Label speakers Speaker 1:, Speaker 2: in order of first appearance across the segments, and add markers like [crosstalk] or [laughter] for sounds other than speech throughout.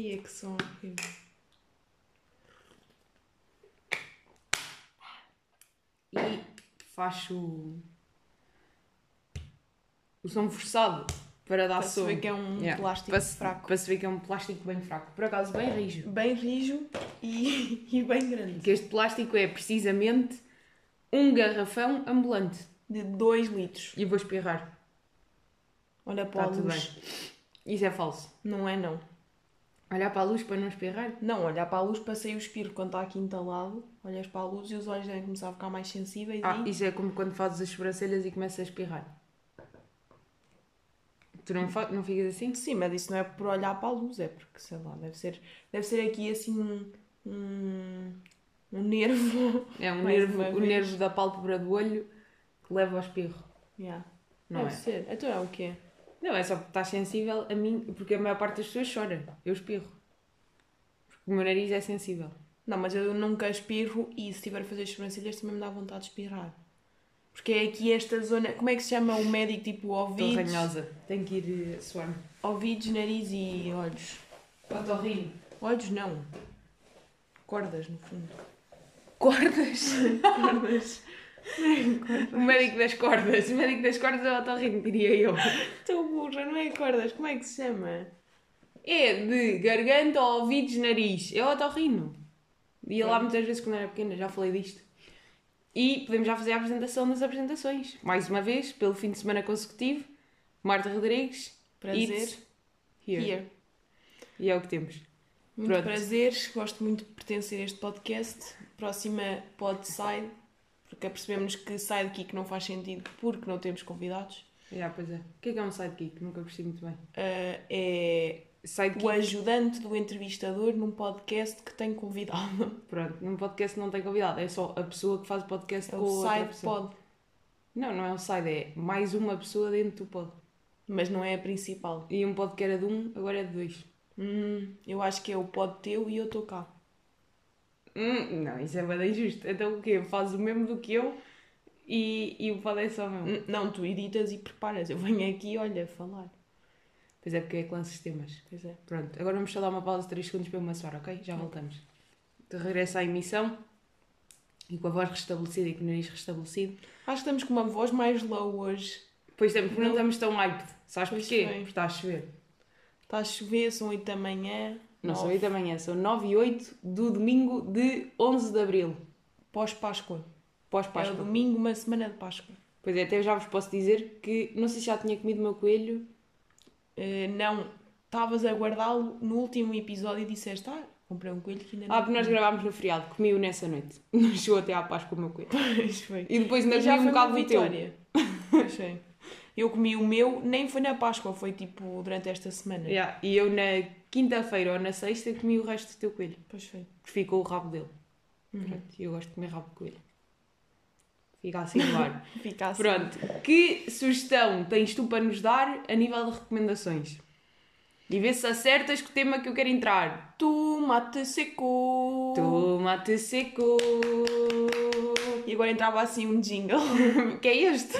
Speaker 1: E é que som horrível.
Speaker 2: E faço o, o som forçado para dar
Speaker 1: Para se
Speaker 2: som.
Speaker 1: ver que é um
Speaker 2: Yeah.
Speaker 1: plástico
Speaker 2: para se,
Speaker 1: fraco.
Speaker 2: Para se ver que é um plástico bem fraco. Por acaso, bem rijo.
Speaker 1: Bem rijo e, [laughs] e bem grande.
Speaker 2: Que este plástico é precisamente um garrafão ambulante.
Speaker 1: De 2 litros.
Speaker 2: E vou espirrar.
Speaker 1: Olha para
Speaker 2: Está
Speaker 1: a
Speaker 2: Tá tudo
Speaker 1: luz.
Speaker 2: bem. Isso é falso.
Speaker 1: Não é não.
Speaker 2: Olhar para a luz para não espirrar?
Speaker 1: Não, olhar para a luz para sair o espirro quando está aqui entalado. Olhas para a luz e os olhos devem começar a ficar mais sensíveis.
Speaker 2: Ah,
Speaker 1: e...
Speaker 2: isso é como quando fazes as sobrancelhas e começas a espirrar. Tu não, fa- não ficas assim?
Speaker 1: Sim, mas isso não é por olhar para a luz, é porque, sei lá, deve ser, deve ser aqui assim um. um, um nervo. [laughs]
Speaker 2: É um
Speaker 1: Mais
Speaker 2: nervo,
Speaker 1: uma
Speaker 2: o
Speaker 1: vez.
Speaker 2: nervo da pálpebra do olho que leva ao espirro.
Speaker 1: Yeah.
Speaker 2: Não
Speaker 1: deve
Speaker 2: é?
Speaker 1: ser. Então é o quê?
Speaker 2: Não, é só porque estás sensível a mim, porque a maior parte das pessoas chora. Eu espirro. Porque o meu nariz é sensível.
Speaker 1: Não, mas eu nunca espirro e se tiver a fazer sobrancelhas também me dá vontade de espirrar. Porque é aqui esta zona. Como é que se chama o médico tipo
Speaker 2: Estou
Speaker 1: ouvidos?
Speaker 2: ranhosa. Tenho que ir eh, suar-me.
Speaker 1: Ouvidos, nariz e olhos.
Speaker 2: Otorrino.
Speaker 1: Olhos não. Cordas, no
Speaker 2: [laughs]
Speaker 1: fundo.
Speaker 2: Cordas.
Speaker 1: Cordas.
Speaker 2: o médico das cordas. O médico das cordas é o otorrino, diria eu.
Speaker 1: Estou burra, não é cordas? Como é que se chama?
Speaker 2: É de garganta, ouvidos, nariz. É o otorrino. Ia lá muitas vezes quando era pequena, já falei disto. E podemos já fazer a apresentação das apresentações. Mais uma vez, pelo fim de semana consecutivo, Marta Rodrigues.
Speaker 1: Prazer.
Speaker 2: It's here.
Speaker 1: Here.
Speaker 2: E é o que temos.
Speaker 1: Muito
Speaker 2: Pronto.
Speaker 1: prazer, gosto muito de pertencer a este podcast. Próxima pode sai, porque apercebemos que sai daqui que não faz sentido porque não temos convidados.
Speaker 2: Já, pois é. O que é que é um sidekick? Nunca gostei muito bem.
Speaker 1: Ah, é
Speaker 2: Sidekick.
Speaker 1: o ajudante do entrevistador num podcast que tem convidado. [laughs]
Speaker 2: Pronto, num podcast não tem convidado. É só a pessoa que faz o podcast
Speaker 1: É
Speaker 2: com a
Speaker 1: o
Speaker 2: outra
Speaker 1: side
Speaker 2: pessoa.
Speaker 1: pod,
Speaker 2: Não, não é um side. É mais uma pessoa dentro do pod.
Speaker 1: mas não é a principal.
Speaker 2: E um pod que era de um, agora é de dois.
Speaker 1: Hum, eu acho que é o pod teu e eu estou cá.
Speaker 2: Hum, não, isso é bem injusto. Então o quê? Faz o mesmo do que eu e, e o pod é só o mesmo.
Speaker 1: Hum, Não, tu editas e preparas. Eu venho aqui, olha, falar.
Speaker 2: Pois é, porque é que lança sistemas.
Speaker 1: Pois é.
Speaker 2: Pronto, agora vamos só dar uma pausa de 3 segundos para eu me assoar, ok? Já voltamos. De regresso à emissão e com a voz restabelecida e com o nariz restabelecido.
Speaker 1: Acho que estamos com uma voz mais low hoje.
Speaker 2: Pois estamos, porque não estamos tão hyped. Sabes
Speaker 1: Pois
Speaker 2: porquê?
Speaker 1: bem.
Speaker 2: Porque está a chover.
Speaker 1: Está Tá a chover, são 8 da manhã.
Speaker 2: Não são
Speaker 1: nove.
Speaker 2: 8 da manhã, são 9 e 8 do domingo de 11 de abril,
Speaker 1: Pós-Páscoa. É o
Speaker 2: pós-Páscoa.
Speaker 1: domingo, uma semana de Páscoa.
Speaker 2: Pois é, até já vos posso dizer que não sei se já tinha comido o meu coelho.
Speaker 1: Eh, não, estavas a guardá-lo no último episódio e disseste, ah, comprei um coelho que ainda não...
Speaker 2: Ah, porque nós gravámos no feriado, comi-o nessa noite. [laughs] Não chegou até à Páscoa o meu
Speaker 1: [laughs]
Speaker 2: coelho.
Speaker 1: Pois foi.
Speaker 2: E depois ainda
Speaker 1: E já
Speaker 2: comi um
Speaker 1: foi uma
Speaker 2: bocado do teu.
Speaker 1: vitória. Pois foi. Eu comi o meu, nem foi na Páscoa, foi tipo durante esta semana.
Speaker 2: Yeah, E eu na quinta-feira ou na sexta comi o resto do teu coelho.
Speaker 1: Pois foi.
Speaker 2: que ficou o rabo dele.
Speaker 1: Uhum.
Speaker 2: Pronto, eu gosto de comer rabo de coelho. Fica assim no
Speaker 1: [laughs]
Speaker 2: ar.
Speaker 1: Fica assim.
Speaker 2: Pronto, que sugestão tens tu para nos dar a nível de recomendações? E vê se acertas com o tema que eu quero entrar.
Speaker 1: Tomate seco.
Speaker 2: Tomate seco.
Speaker 1: E agora entrava assim um jingle. [laughs]
Speaker 2: Que é este?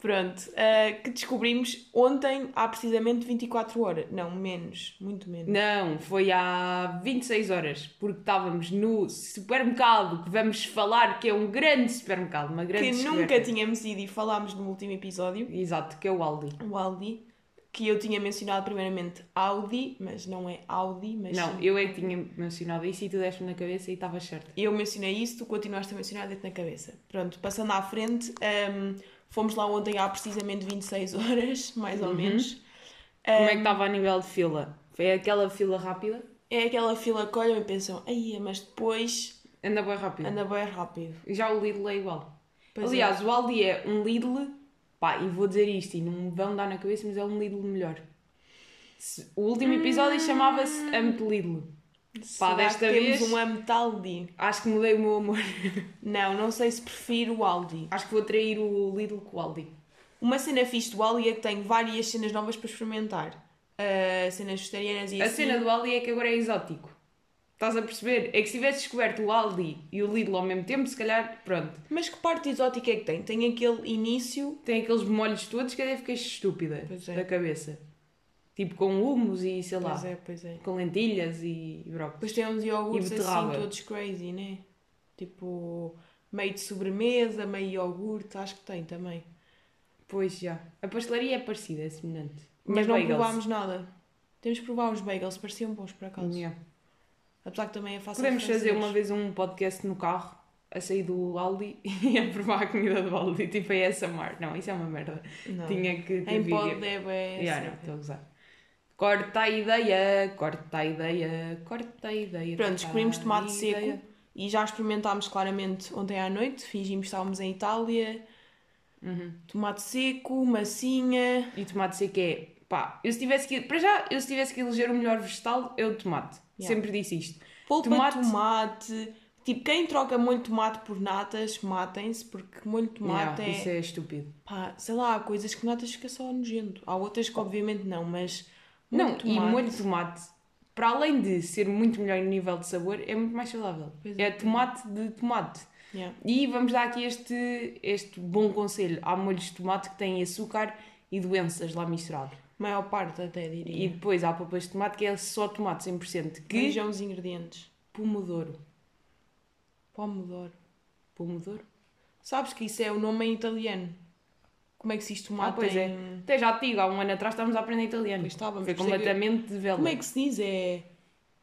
Speaker 1: Pronto, eh, que descobrimos ontem há precisamente 24 horas. Não, menos, muito menos.
Speaker 2: Não, foi há 26 horas, porque estávamos no supermercado que vamos falar que é um grande supermercado, uma grande
Speaker 1: que nunca
Speaker 2: descoberta.
Speaker 1: tínhamos ido e falámos no último episódio,
Speaker 2: Exato, que é o Aldi.
Speaker 1: o Aldi, que eu tinha mencionado primeiramente Audi, mas não é Audi, mas
Speaker 2: Não,
Speaker 1: sim.
Speaker 2: eu é que tinha mencionado isso e tu deste-me na cabeça e estava certa.
Speaker 1: eu mencionei isso, tu continuaste a mencionar dentro na cabeça. Pronto, passando à frente, ehm, fomos lá ontem há precisamente 26 [laughs] horas, mais
Speaker 2: Uhum.
Speaker 1: ou menos.
Speaker 2: Como
Speaker 1: Hum.
Speaker 2: é que estava a nível de fila? Foi aquela fila rápida?
Speaker 1: É aquela fila que olham e pensam, aí, mas depois
Speaker 2: Anda bem rápido.
Speaker 1: anda bem rápido.
Speaker 2: Já o Lidl é igual.
Speaker 1: Pois é.
Speaker 2: Aliás, o Aldi é um Lidl, pá, e vou dizer isto e não me vão dar na cabeça, mas é um Lidl melhor. Se- O último episódio
Speaker 1: Hum.
Speaker 2: chamava-se Amo Lidl.
Speaker 1: é, Será
Speaker 2: desta
Speaker 1: que temos
Speaker 2: vez-
Speaker 1: um Amtaldi?
Speaker 2: Acho que mudei o meu amor. [laughs]
Speaker 1: Não, não sei se prefiro o Aldi.
Speaker 2: Acho que vou trair o Lidl com o Aldi.
Speaker 1: Uma cena fixe do Aldi é que tem várias cenas novas para experimentar. Ah, cenas vegetarianas e
Speaker 2: A
Speaker 1: assim.
Speaker 2: cena do Aldi é que agora é exótico. Estás a perceber? É que se tivesse descoberto o Aldi e o Lidl ao mesmo tempo, se calhar, pronto.
Speaker 1: Mas que parte exótica é que tem? Tem aquele início.
Speaker 2: Tem aqueles molhos todos que até fiquei estúpida
Speaker 1: Pois é.
Speaker 2: da cabeça. Tipo com humus e sei lá,
Speaker 1: Pois é, pois é.
Speaker 2: com lentilhas e
Speaker 1: Depois
Speaker 2: brócolis.
Speaker 1: tem uns iogurtes
Speaker 2: E
Speaker 1: assim
Speaker 2: beterraba.
Speaker 1: todos crazy, né? Tipo, meio de sobremesa, meio iogurte, acho que tem também.
Speaker 2: Pois já. A pastelaria é parecida, é semelhante. é
Speaker 1: Mas
Speaker 2: Tinha
Speaker 1: não
Speaker 2: bagels.
Speaker 1: provámos nada. Temos que provar os bagels, pareciam bons por acaso.
Speaker 2: Yeah.
Speaker 1: Apesar que também é fácil
Speaker 2: Podemos
Speaker 1: de
Speaker 2: fazer uma vez um podcast no carro, a sair do Aldi [laughs] e a provar a comida do Aldi. Tipo, é essa mar. Não, isso é uma merda.
Speaker 1: Não.
Speaker 2: Tinha que ter
Speaker 1: Em
Speaker 2: vídeo.
Speaker 1: pod é bem.
Speaker 2: Yeah, não, então. estou a gozar. Corta a ideia, corta a ideia, corta a ideia.
Speaker 1: Pronto,
Speaker 2: corta a
Speaker 1: escolhemos tomate
Speaker 2: Tá, ideia.
Speaker 1: seco e já experimentámos claramente ontem à noite. Fingimos que estávamos em Itália.
Speaker 2: Uhum.
Speaker 1: Tomate seco, massinha.
Speaker 2: E tomate seco é. Pá, eu se tivesse que. Para já, eu se tivesse que eleger o melhor vegetal, é o tomate.
Speaker 1: Yeah.
Speaker 2: Sempre disse isto.
Speaker 1: Polpa
Speaker 2: Tomate.
Speaker 1: tomate. tomate. Tipo, quem troca molho de tomate por natas, matem-se, porque molho de tomate
Speaker 2: Yeah,
Speaker 1: é,
Speaker 2: Isso é estúpido.
Speaker 1: Pá, sei lá, há coisas que natas fica só nojento. Há outras que obviamente não, mas... molho
Speaker 2: Não,
Speaker 1: de
Speaker 2: e
Speaker 1: tomate-
Speaker 2: molho de tomate, para além de ser muito melhor em nível de sabor, é muito mais saudável.
Speaker 1: Pois é.
Speaker 2: é tomate de tomate.
Speaker 1: Yeah.
Speaker 2: E vamos dar aqui este, este bom conselho. Há molhos de tomate que têm açúcar e doenças lá misturado.
Speaker 1: Maior parte até,
Speaker 2: E
Speaker 1: diria.
Speaker 2: depois há papas de tomate que é só tomate 100%. Que
Speaker 1: Vejam os ingredientes.
Speaker 2: pomodoro.
Speaker 1: Pomodoro.
Speaker 2: Pomodoro?
Speaker 1: Sabes que isso é o nome em italiano. Como é que se diz
Speaker 2: Ah,
Speaker 1: tomate
Speaker 2: pois é.
Speaker 1: em-
Speaker 2: Até já te digo, há um ano atrás estávamos a aprender italiano.
Speaker 1: Pois estávamos,
Speaker 2: Foi
Speaker 1: por isso é que-
Speaker 2: completamente de vela.
Speaker 1: Como é que se diz? É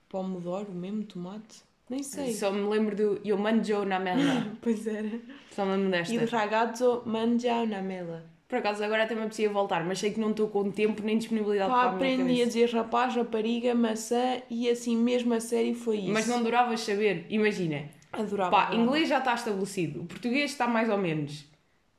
Speaker 1: pomodoro mesmo, tomate? Nem sei.
Speaker 2: Só é. me lembro do Eu mangio
Speaker 1: [laughs]
Speaker 2: na merda.
Speaker 1: Pois era.
Speaker 2: Só me lembro
Speaker 1: Il
Speaker 2: desta.
Speaker 1: ragazzo mangia una mela.
Speaker 2: Por acaso agora até me apetecia voltar, mas sei que não estou com tempo nem disponibilidade
Speaker 1: Pá,
Speaker 2: para a minha
Speaker 1: aprendi a
Speaker 2: cabeça.
Speaker 1: dizer rapaz, rapariga, maçã e assim mesmo a Ah, série foi isso.
Speaker 2: Mas não duravas saber, imagina.
Speaker 1: Adorava.
Speaker 2: Pá,
Speaker 1: adorava.
Speaker 2: inglês já está estabelecido, o português está mais ou menos.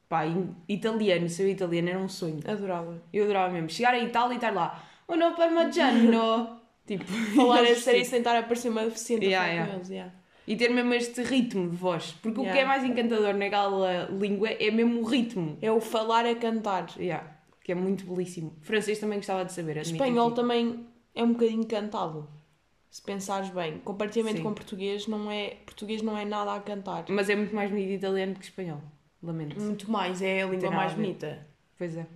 Speaker 2: Pá, in- italiano, saber italiano era um sonho. [laughs]
Speaker 1: Adorava.
Speaker 2: Eu adorava mesmo. Chegar a Itália e estar lá, oh no
Speaker 1: [laughs]
Speaker 2: parmigiano. tipo,
Speaker 1: Falar a
Speaker 2: eles-
Speaker 1: série sem estar a parecer maleficente
Speaker 2: Yeah,
Speaker 1: a falar
Speaker 2: yeah.
Speaker 1: com eles. Yeah.
Speaker 2: E ter mesmo este ritmo de voz. Porque o que
Speaker 1: Yeah.
Speaker 2: é mais encantador naquela língua é mesmo o ritmo.
Speaker 1: É o falar a cantar.
Speaker 2: Yeah, que é muito belíssimo. Francês também gostava de saber. admito
Speaker 1: Espanhol
Speaker 2: aqui.
Speaker 1: também é um bocadinho cantado. Se pensares bem, comparativamente
Speaker 2: Sim.
Speaker 1: com português, não é, português não é nada a cantar.
Speaker 2: Mas é muito mais bonito italiano que espanhol. Lamento.
Speaker 1: Muito mais, é a língua
Speaker 2: nada
Speaker 1: mais
Speaker 2: a ver.
Speaker 1: bonita.
Speaker 2: Pois é.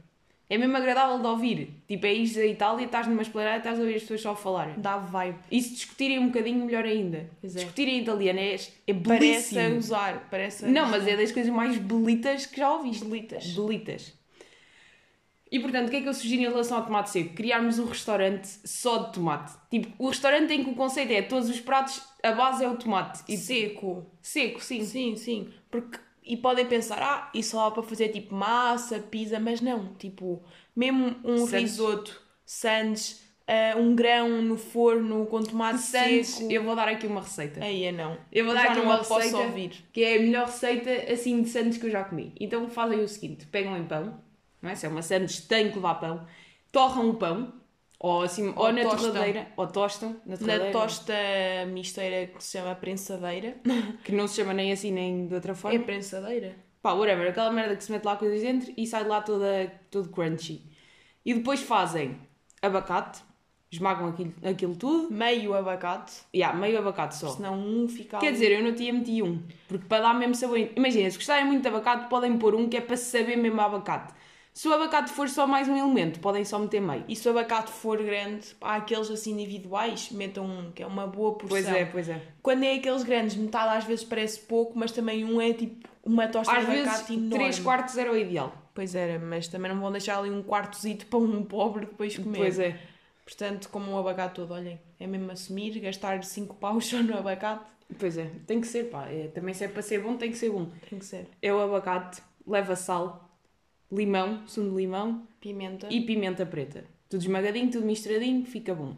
Speaker 2: É mesmo agradável de ouvir. Tipo, é isto da Itália, estás numa esplanada e estás a ouvir as pessoas só falarem.
Speaker 1: Dá vibe.
Speaker 2: E se discutirem um bocadinho, melhor ainda.
Speaker 1: Pois é.
Speaker 2: Discutirem italiano é, é
Speaker 1: Parece a
Speaker 2: belíssimo.
Speaker 1: usar, parece a
Speaker 2: Não, mas é das coisas mais belitas que já ouviste.
Speaker 1: Belitas.
Speaker 2: Belitas. E portanto, o que é que eu sugiro em relação ao tomate seco? Criarmos um restaurante só de tomate. Tipo, o restaurante em que o conceito é todos os pratos, a base é o tomate. E
Speaker 1: seco.
Speaker 2: seco, sim.
Speaker 1: Sim, sim. Porque, e podem pensar, ah, isso lá para fazer tipo massa, pizza, mas não. Tipo, mesmo um
Speaker 2: Sandes.
Speaker 1: risoto, sandes, ah, um grão no forno com tomate
Speaker 2: Sandes,
Speaker 1: seco.
Speaker 2: eu vou dar aqui uma receita.
Speaker 1: Aí é não.
Speaker 2: Eu vou
Speaker 1: Já
Speaker 2: dar um aqui
Speaker 1: não
Speaker 2: uma
Speaker 1: a posso
Speaker 2: receita
Speaker 1: ouvir.
Speaker 2: que é a melhor receita assim de sandes que eu já comi. Então fazem o seguinte: pegam em pão, não é? Se é uma sandes, tem que levar pão, torram o pão, ou, assim, ou,
Speaker 1: Ou
Speaker 2: na
Speaker 1: tostam.
Speaker 2: torradeira, ou tostam, na torradeira,
Speaker 1: Na tosta misteira que se chama
Speaker 2: [laughs]
Speaker 1: prensadeira.
Speaker 2: que não se chama nem assim nem de outra
Speaker 1: É
Speaker 2: forma.
Speaker 1: prensadeira?
Speaker 2: Pá, whatever, aquela merda que se mete lá coisas dentro e sai de lá toda, todo crunchy. E depois fazem abacate, esmagam aquilo, aquilo tudo,
Speaker 1: Meio abacate,
Speaker 2: e há meio abacate só.
Speaker 1: senão um fica
Speaker 2: Quer
Speaker 1: ali.
Speaker 2: dizer, eu não tinha metido um, porque para dar mesmo sabor. Imagina, se gostarem muito de abacate, podem pôr um que é para saber mesmo a abacate. Se o abacate for só mais um elemento, podem só meter meio.
Speaker 1: E se o abacate for grande, há aqueles assim individuais, metam um, que é uma boa porção.
Speaker 2: Pois é, pois é.
Speaker 1: Quando é aqueles grandes, metade às vezes parece pouco, mas também um é tipo uma tosta
Speaker 2: Às
Speaker 1: de abacate
Speaker 2: vezes,
Speaker 1: enorme.
Speaker 2: 3 quartos era o ideal.
Speaker 1: Pois era, mas também não vão deixar ali um quartozito para um pobre depois comer.
Speaker 2: Pois é.
Speaker 1: Portanto, como um abacate todo, olhem, é mesmo assumir, gastar 5 paus só no abacate,
Speaker 2: Pois é, tem que ser, pá. É, também se é para ser bom, tem que ser bom.
Speaker 1: tem que ser.
Speaker 2: É o abacate, leva sal, limão, sumo de limão
Speaker 1: Pimenta.
Speaker 2: e pimenta preta. Tudo esmagadinho, tudo misturadinho, fica bom.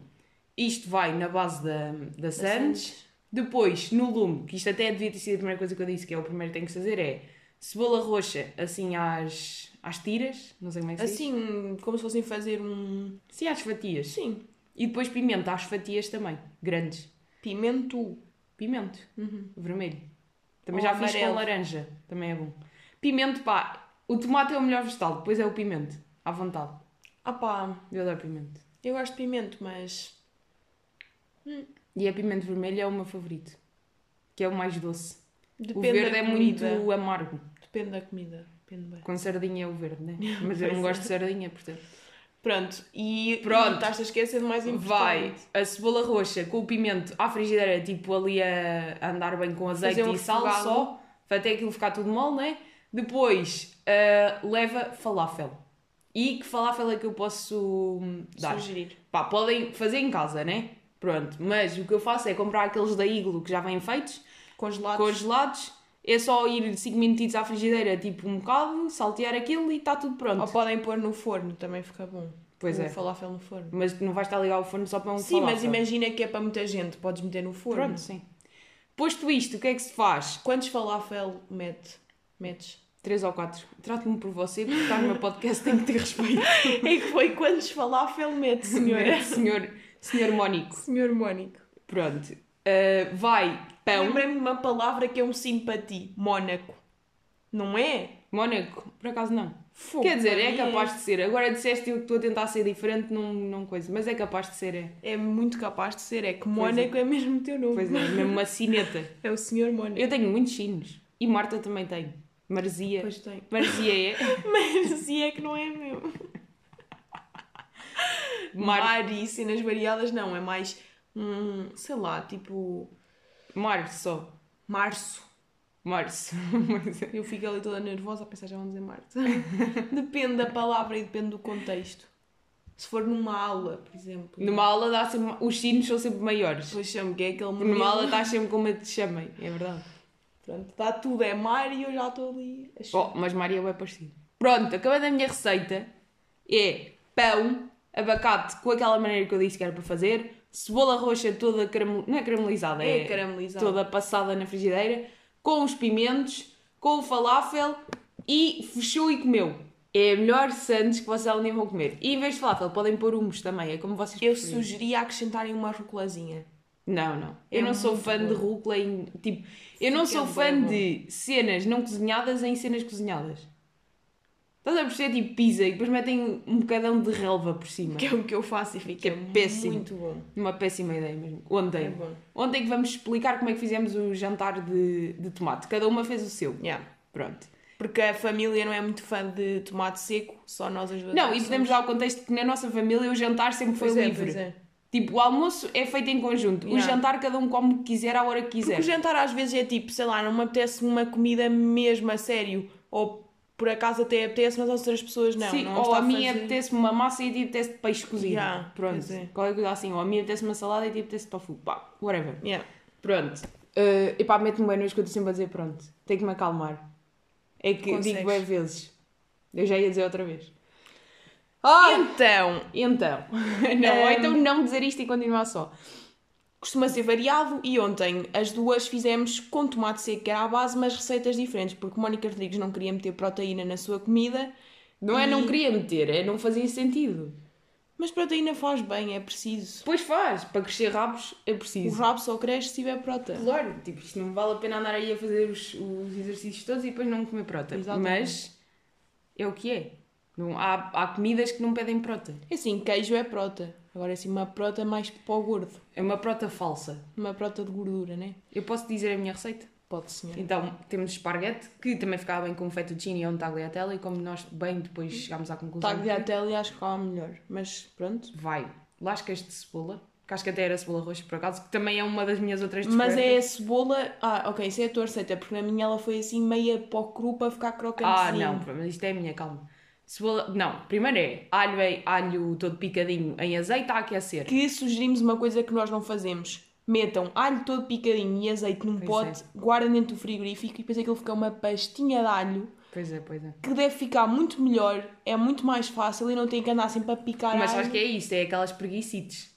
Speaker 2: Isto vai na base da, da Sandes. Depois, no lume, que isto até devia ter sido a primeira coisa que eu disse, que é o primeiro que tenho que fazer, é cebola roxa, assim às, às tiras, não sei como é que se diz.
Speaker 1: Assim, como se fossem fazer um.
Speaker 2: Sim, às fatias.
Speaker 1: Sim,
Speaker 2: E depois pimenta às fatias também, grandes.
Speaker 1: pimento.
Speaker 2: Pimento, vermelho. Também
Speaker 1: Ou
Speaker 2: já fiz
Speaker 1: amarelo.
Speaker 2: com laranja, também é bom. Pimento, pá, o tomate é o melhor vegetal, depois é o pimento, à vontade.
Speaker 1: Ah pá,
Speaker 2: Eu adoro pimento.
Speaker 1: eu gosto de pimento, mas.
Speaker 2: E a pimento vermelho é o meu favorito, que é o mais doce.
Speaker 1: Depende
Speaker 2: o verde
Speaker 1: da
Speaker 2: é
Speaker 1: comida.
Speaker 2: muito amargo.
Speaker 1: Depende da comida. Depende bem.
Speaker 2: [laughs] é. Com sardinha é o verde, né? Mas eu não gosto de sardinha, portanto.
Speaker 1: Pronto, e
Speaker 2: Pronto.
Speaker 1: e estás a esquecer do mais importante.
Speaker 2: Vai a cebola roxa com o pimento à frigideira, tipo ali a a andar bem com azeite
Speaker 1: Fazer um
Speaker 2: e sal
Speaker 1: refogado.
Speaker 2: só, até aquilo ficar tudo mole, né? Depois ah, leva falafel. E que falafel é que eu posso hum, dar?
Speaker 1: Sugerir.
Speaker 2: Pá, podem fazer em casa, né? Pronto, mas o que eu faço é comprar aqueles da Iglo que já vêm feitos,
Speaker 1: Congelados.
Speaker 2: congelados, é só ir 5 minutitos à frigideira, tipo um bocado, saltear aquilo e está tudo pronto.
Speaker 1: Ou podem pôr no forno, também fica bom.
Speaker 2: Pois
Speaker 1: o
Speaker 2: é.
Speaker 1: falafel no forno.
Speaker 2: Mas não vais estar a ligar o forno só para um
Speaker 1: um Sim, mas
Speaker 2: falafel.
Speaker 1: imagina que é para muita gente, podes meter no forno.
Speaker 2: Pronto, sim. Posto isto, o que é que se faz?
Speaker 1: Quantos falafel mete? metes? [laughs]
Speaker 2: Três ou quatro. Trato-me por você, porque está no meu podcast, tem que ter
Speaker 1: [laughs]
Speaker 2: respeito.
Speaker 1: É que foi quantos falafel mete, senhora?
Speaker 2: Senhor, senhor, senhor Mónico.
Speaker 1: [laughs] Senhor Mónico.
Speaker 2: Pronto. Uh, vai pão.
Speaker 1: Lembrei-me de uma palavra que é um simpatia. Mónaco. Não é?
Speaker 2: Mónaco, por acaso não.
Speaker 1: Fogo,
Speaker 2: Quer dizer, é
Speaker 1: para mim
Speaker 2: capaz de ser. Agora disseste eu que estou a tentar ser diferente, não, não coisa. Mas é capaz de ser, é.
Speaker 1: É muito capaz de ser. É que Mónaco é. mesmo o teu nome.
Speaker 2: Pois é, mesmo uma sineta.
Speaker 1: [laughs] É o senhor Mónaco.
Speaker 2: Eu tenho muitos sinos. E Marta também tem. Marzia.
Speaker 1: Pois tem. [laughs]
Speaker 2: Marzia é.
Speaker 1: Mas se é que não é meu.
Speaker 2: Mar-
Speaker 1: Mar e cenas variadas não. É mais, hum, sei lá, tipo...
Speaker 2: Março. só.
Speaker 1: Março.
Speaker 2: Março. [laughs] Mas é.
Speaker 1: Eu fico ali toda nervosa a pensar, já vamos dizer
Speaker 2: [laughs]
Speaker 1: Marte. depende da palavra e depende do contexto. Se for numa aula, por exemplo.
Speaker 2: Numa aula dá sempre. Os sinos são sempre maiores.
Speaker 1: Depois chamo que é aquele momento.
Speaker 2: Numa aula estás sempre com medo de te chamem, é verdade.
Speaker 1: Pronto, dá tudo, é mar e eu já estou ali. a chorar.
Speaker 2: Oh, mas Maria vai parecido. Pronto, acabando a minha receita, é pão, abacate com aquela maneira que eu disse que era para fazer, cebola roxa toda caramel... não é caramelizada,
Speaker 1: É
Speaker 2: é,
Speaker 1: caramelizada.
Speaker 2: toda passada na frigideira, com os pimentos, com o falafel e fechou e comeu. É a melhor sandes que vocês nem vão comer. E em vez de falafel podem pôr humus também, é como vocês
Speaker 1: Eu
Speaker 2: preferirem.
Speaker 1: sugeria acrescentarem uma rocolazinha.
Speaker 2: Não, não. Eu
Speaker 1: É
Speaker 2: não sou
Speaker 1: muito
Speaker 2: fã
Speaker 1: bom.
Speaker 2: de rúcula em. Tipo, eu não
Speaker 1: Fica
Speaker 2: sou
Speaker 1: bué
Speaker 2: fã
Speaker 1: bom.
Speaker 2: de cenas não cozinhadas em cenas cozinhadas. Estás a perceber? Tipo pizza e depois metem um bocadão de relva por cima.
Speaker 1: Que é o que eu faço e fica
Speaker 2: Que é péssimo.
Speaker 1: muito bom.
Speaker 2: Uma péssima ideia mesmo.
Speaker 1: É
Speaker 2: Ontem.
Speaker 1: bom.
Speaker 2: Ontem que vamos explicar como é que fizemos o jantar de, de tomate. Cada uma fez o seu.
Speaker 1: Yeah.
Speaker 2: Pronto.
Speaker 1: Porque a família não é muito fã de tomate seco, só nós as duas.
Speaker 2: Não,
Speaker 1: é que
Speaker 2: e
Speaker 1: somos.
Speaker 2: podemos dar um o contexto que na nossa família o jantar sempre foi
Speaker 1: Pois é,
Speaker 2: livre.
Speaker 1: pois é.
Speaker 2: Tipo, o almoço é feito em conjunto. O
Speaker 1: Yeah.
Speaker 2: jantar cada um come o que quiser, à hora que quiser.
Speaker 1: Porque o jantar às vezes é tipo, sei lá, não me apetece uma comida mesmo a sério. Ou por acaso até apetece, mas às outras pessoas não.
Speaker 2: Sim,
Speaker 1: não
Speaker 2: ou
Speaker 1: está
Speaker 2: a mim
Speaker 1: fazer-
Speaker 2: apetece-me uma massa e a ti apetece peixe cozido.
Speaker 1: Yeah,
Speaker 2: Pronto.
Speaker 1: pois é.
Speaker 2: Qualquer coisa assim. Ou a mim apetece uma salada e a ti apetece tofu. Pá, whatever.
Speaker 1: Yeah.
Speaker 2: Pronto. Uh, epá, mete-me bem nojo que eu estou sempre a dizer pronto. Tenho que me acalmar. É que
Speaker 1: Consegues.
Speaker 2: digo bem vezes. Eu já ia dizer outra vez. Ah!
Speaker 1: Então,
Speaker 2: Então. [laughs] não, ou
Speaker 1: Um,
Speaker 2: então não dizer isto e continuar só.
Speaker 1: costuma ser variado e ontem as duas fizemos com tomate seco, que era à base, mas receitas diferentes, porque Mónica Rodrigues não queria meter proteína na sua comida,
Speaker 2: Não é
Speaker 1: e-
Speaker 2: não queria meter, é não fazia sentido.
Speaker 1: mas proteína faz bem, é preciso.
Speaker 2: Depois faz. Para crescer rabos é
Speaker 1: O
Speaker 2: preciso.
Speaker 1: rabo só cresce se tiver proteína.
Speaker 2: Claro, tipo, isto não vale a pena andar aí a fazer os, os exercícios todos e depois não comer prota.
Speaker 1: Exatamente.
Speaker 2: Mas é o que é. Não, há, há comidas que não pedem prota.
Speaker 1: É assim, queijo é prota. Agora é assim, uma prota mais para o gordo.
Speaker 2: É uma prota falsa.
Speaker 1: Uma prota de gordura, né?
Speaker 2: Eu posso dizer a minha receita?
Speaker 1: Pode, senhor.
Speaker 2: Então, temos esparguete, que também ficava bem com fettuccine ou um tagliatelle, e como nós bem depois chegámos à conclusão...
Speaker 1: Taco de ateli acho que é melhor, mas pronto.
Speaker 2: Vai, lascas de cebola, que acho que até era cebola roxa, por acaso, que também é uma das minhas outras
Speaker 1: Mas é
Speaker 2: descobertas.
Speaker 1: a cebola. Ah, ok, isso é a tua receita, porque na minha ela foi assim meia pó cru para ficar assim.
Speaker 2: Ah,
Speaker 1: crocantezinho.
Speaker 2: não, mas isto é a minha, calma. Cebola... Não, primeiro é alho, é alho todo picadinho em azeite a aquecer.
Speaker 1: Que sugerimos uma coisa que nós não fazemos. Metam alho todo picadinho e azeite num
Speaker 2: Pois é.
Speaker 1: pote, guardem dentro do frigorífico e depois aquilo fica uma pastinha de alho
Speaker 2: Pois é, pois é.
Speaker 1: que deve ficar muito melhor, é muito mais fácil e não tem que andar sempre a picar
Speaker 2: Mas
Speaker 1: alho.
Speaker 2: sabes que é isso, é aquelas preguicites.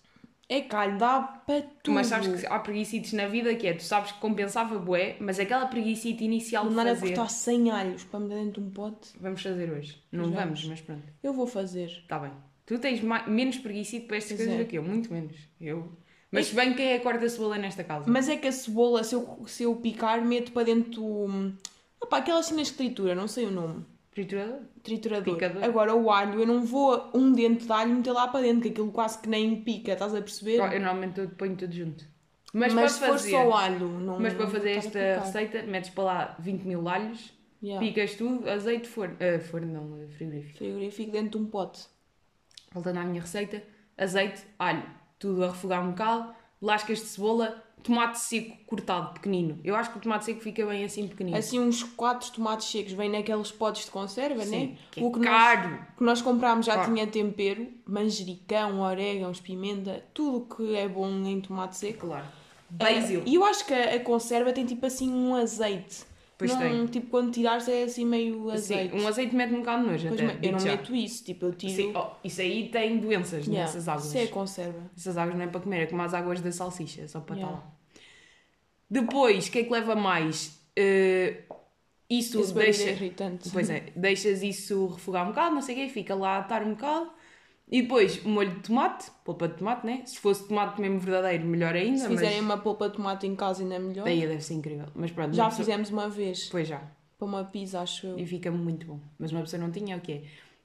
Speaker 1: É que alho dá para tudo.
Speaker 2: Mas sabes que há preguicites na vida que é, tu sabes que compensava bué, mas aquela preguicite inicial de
Speaker 1: Andar a
Speaker 2: fazer...
Speaker 1: cortar 100 alhos para meter dentro de um pote,
Speaker 2: Vamos fazer hoje. Não
Speaker 1: Pois
Speaker 2: vamos, mas pronto.
Speaker 1: eu vou fazer.
Speaker 2: Está bem. Tu tens mai- menos preguicite para estas
Speaker 1: Pois
Speaker 2: coisas
Speaker 1: é.
Speaker 2: do que eu, muito menos. Eu... Mas se bem quem é a quarta cebola nesta casa.
Speaker 1: Mas é que a cebola, se eu, se eu picar, meto para dentro. hum, opá, aquelas cenas de tritura, não sei o nome.
Speaker 2: Triturador?
Speaker 1: Triturador.
Speaker 2: Picador.
Speaker 1: Agora o alho, eu não vou um dente de alho meter lá para dentro, que aquilo quase que nem pica, estás a perceber?
Speaker 2: Eu normalmente eu ponho tudo junto.
Speaker 1: mas
Speaker 2: Mas, para
Speaker 1: se for
Speaker 2: fazer...
Speaker 1: só alho, não.
Speaker 2: Mas para
Speaker 1: não
Speaker 2: fazer
Speaker 1: Ah, estás a
Speaker 2: esta
Speaker 1: picar.
Speaker 2: receita, metes para lá 20 mil alhos,
Speaker 1: Yeah.
Speaker 2: picas tudo, azeite, forno... ah, forno eh, não, frigorífico.
Speaker 1: Frigorífico dentro de um pote.
Speaker 2: Voltando à minha receita, azeite, alho, tudo a refogar um bocado, lascas de cebola, tomate seco cortado, pequenino. Eu acho que o tomate seco fica bem assim pequenino.
Speaker 1: Assim, uns 4 tomates secos vêm naqueles potes de conserva,
Speaker 2: Sim,
Speaker 1: né?
Speaker 2: que é caro.
Speaker 1: Nós, que nós comprámos já
Speaker 2: Caro.
Speaker 1: tinha tempero, manjericão, orégãos, pimenta, tudo o que é bom em tomate seco.
Speaker 2: Claro. Basil.
Speaker 1: É, E eu acho que a, a conserva tem tipo assim um azeite.
Speaker 2: Pois
Speaker 1: não,
Speaker 2: tem.
Speaker 1: Tipo, quando tirares é assim meio azeite.
Speaker 2: Sim, um azeite mete um bocado de nojo
Speaker 1: Pois,
Speaker 2: até.
Speaker 1: mas eu não
Speaker 2: digo já.
Speaker 1: meto isso, tipo, eu tiro.
Speaker 2: Sim, oh, isso aí tem doenças
Speaker 1: Yeah,
Speaker 2: nessas águas.
Speaker 1: Isso é conserva.
Speaker 2: Essas águas não é para comer, é como as águas da salsicha, é só para
Speaker 1: Yeah.
Speaker 2: estar lá. Depois, o que é que leva mais? Eh, isso
Speaker 1: Isso barulho é
Speaker 2: deixa.
Speaker 1: irritante.
Speaker 2: Pois é, deixas isso refogar um bocado, não sei o quê, fica lá a atar um bocado. E depois, um molho de tomate, polpa de tomate, né? Se fosse tomate mesmo verdadeiro, melhor ainda.
Speaker 1: Se
Speaker 2: mas...
Speaker 1: fizerem uma polpa de tomate em casa ainda é melhor.
Speaker 2: Daí deve ser incrível. Mas pronto,
Speaker 1: Já
Speaker 2: uma pessoa-
Speaker 1: fizemos uma vez
Speaker 2: Pois já.
Speaker 1: para uma pizza, acho eu.
Speaker 2: E fica muito bom. Mas uma pessoa não tinha, o que é?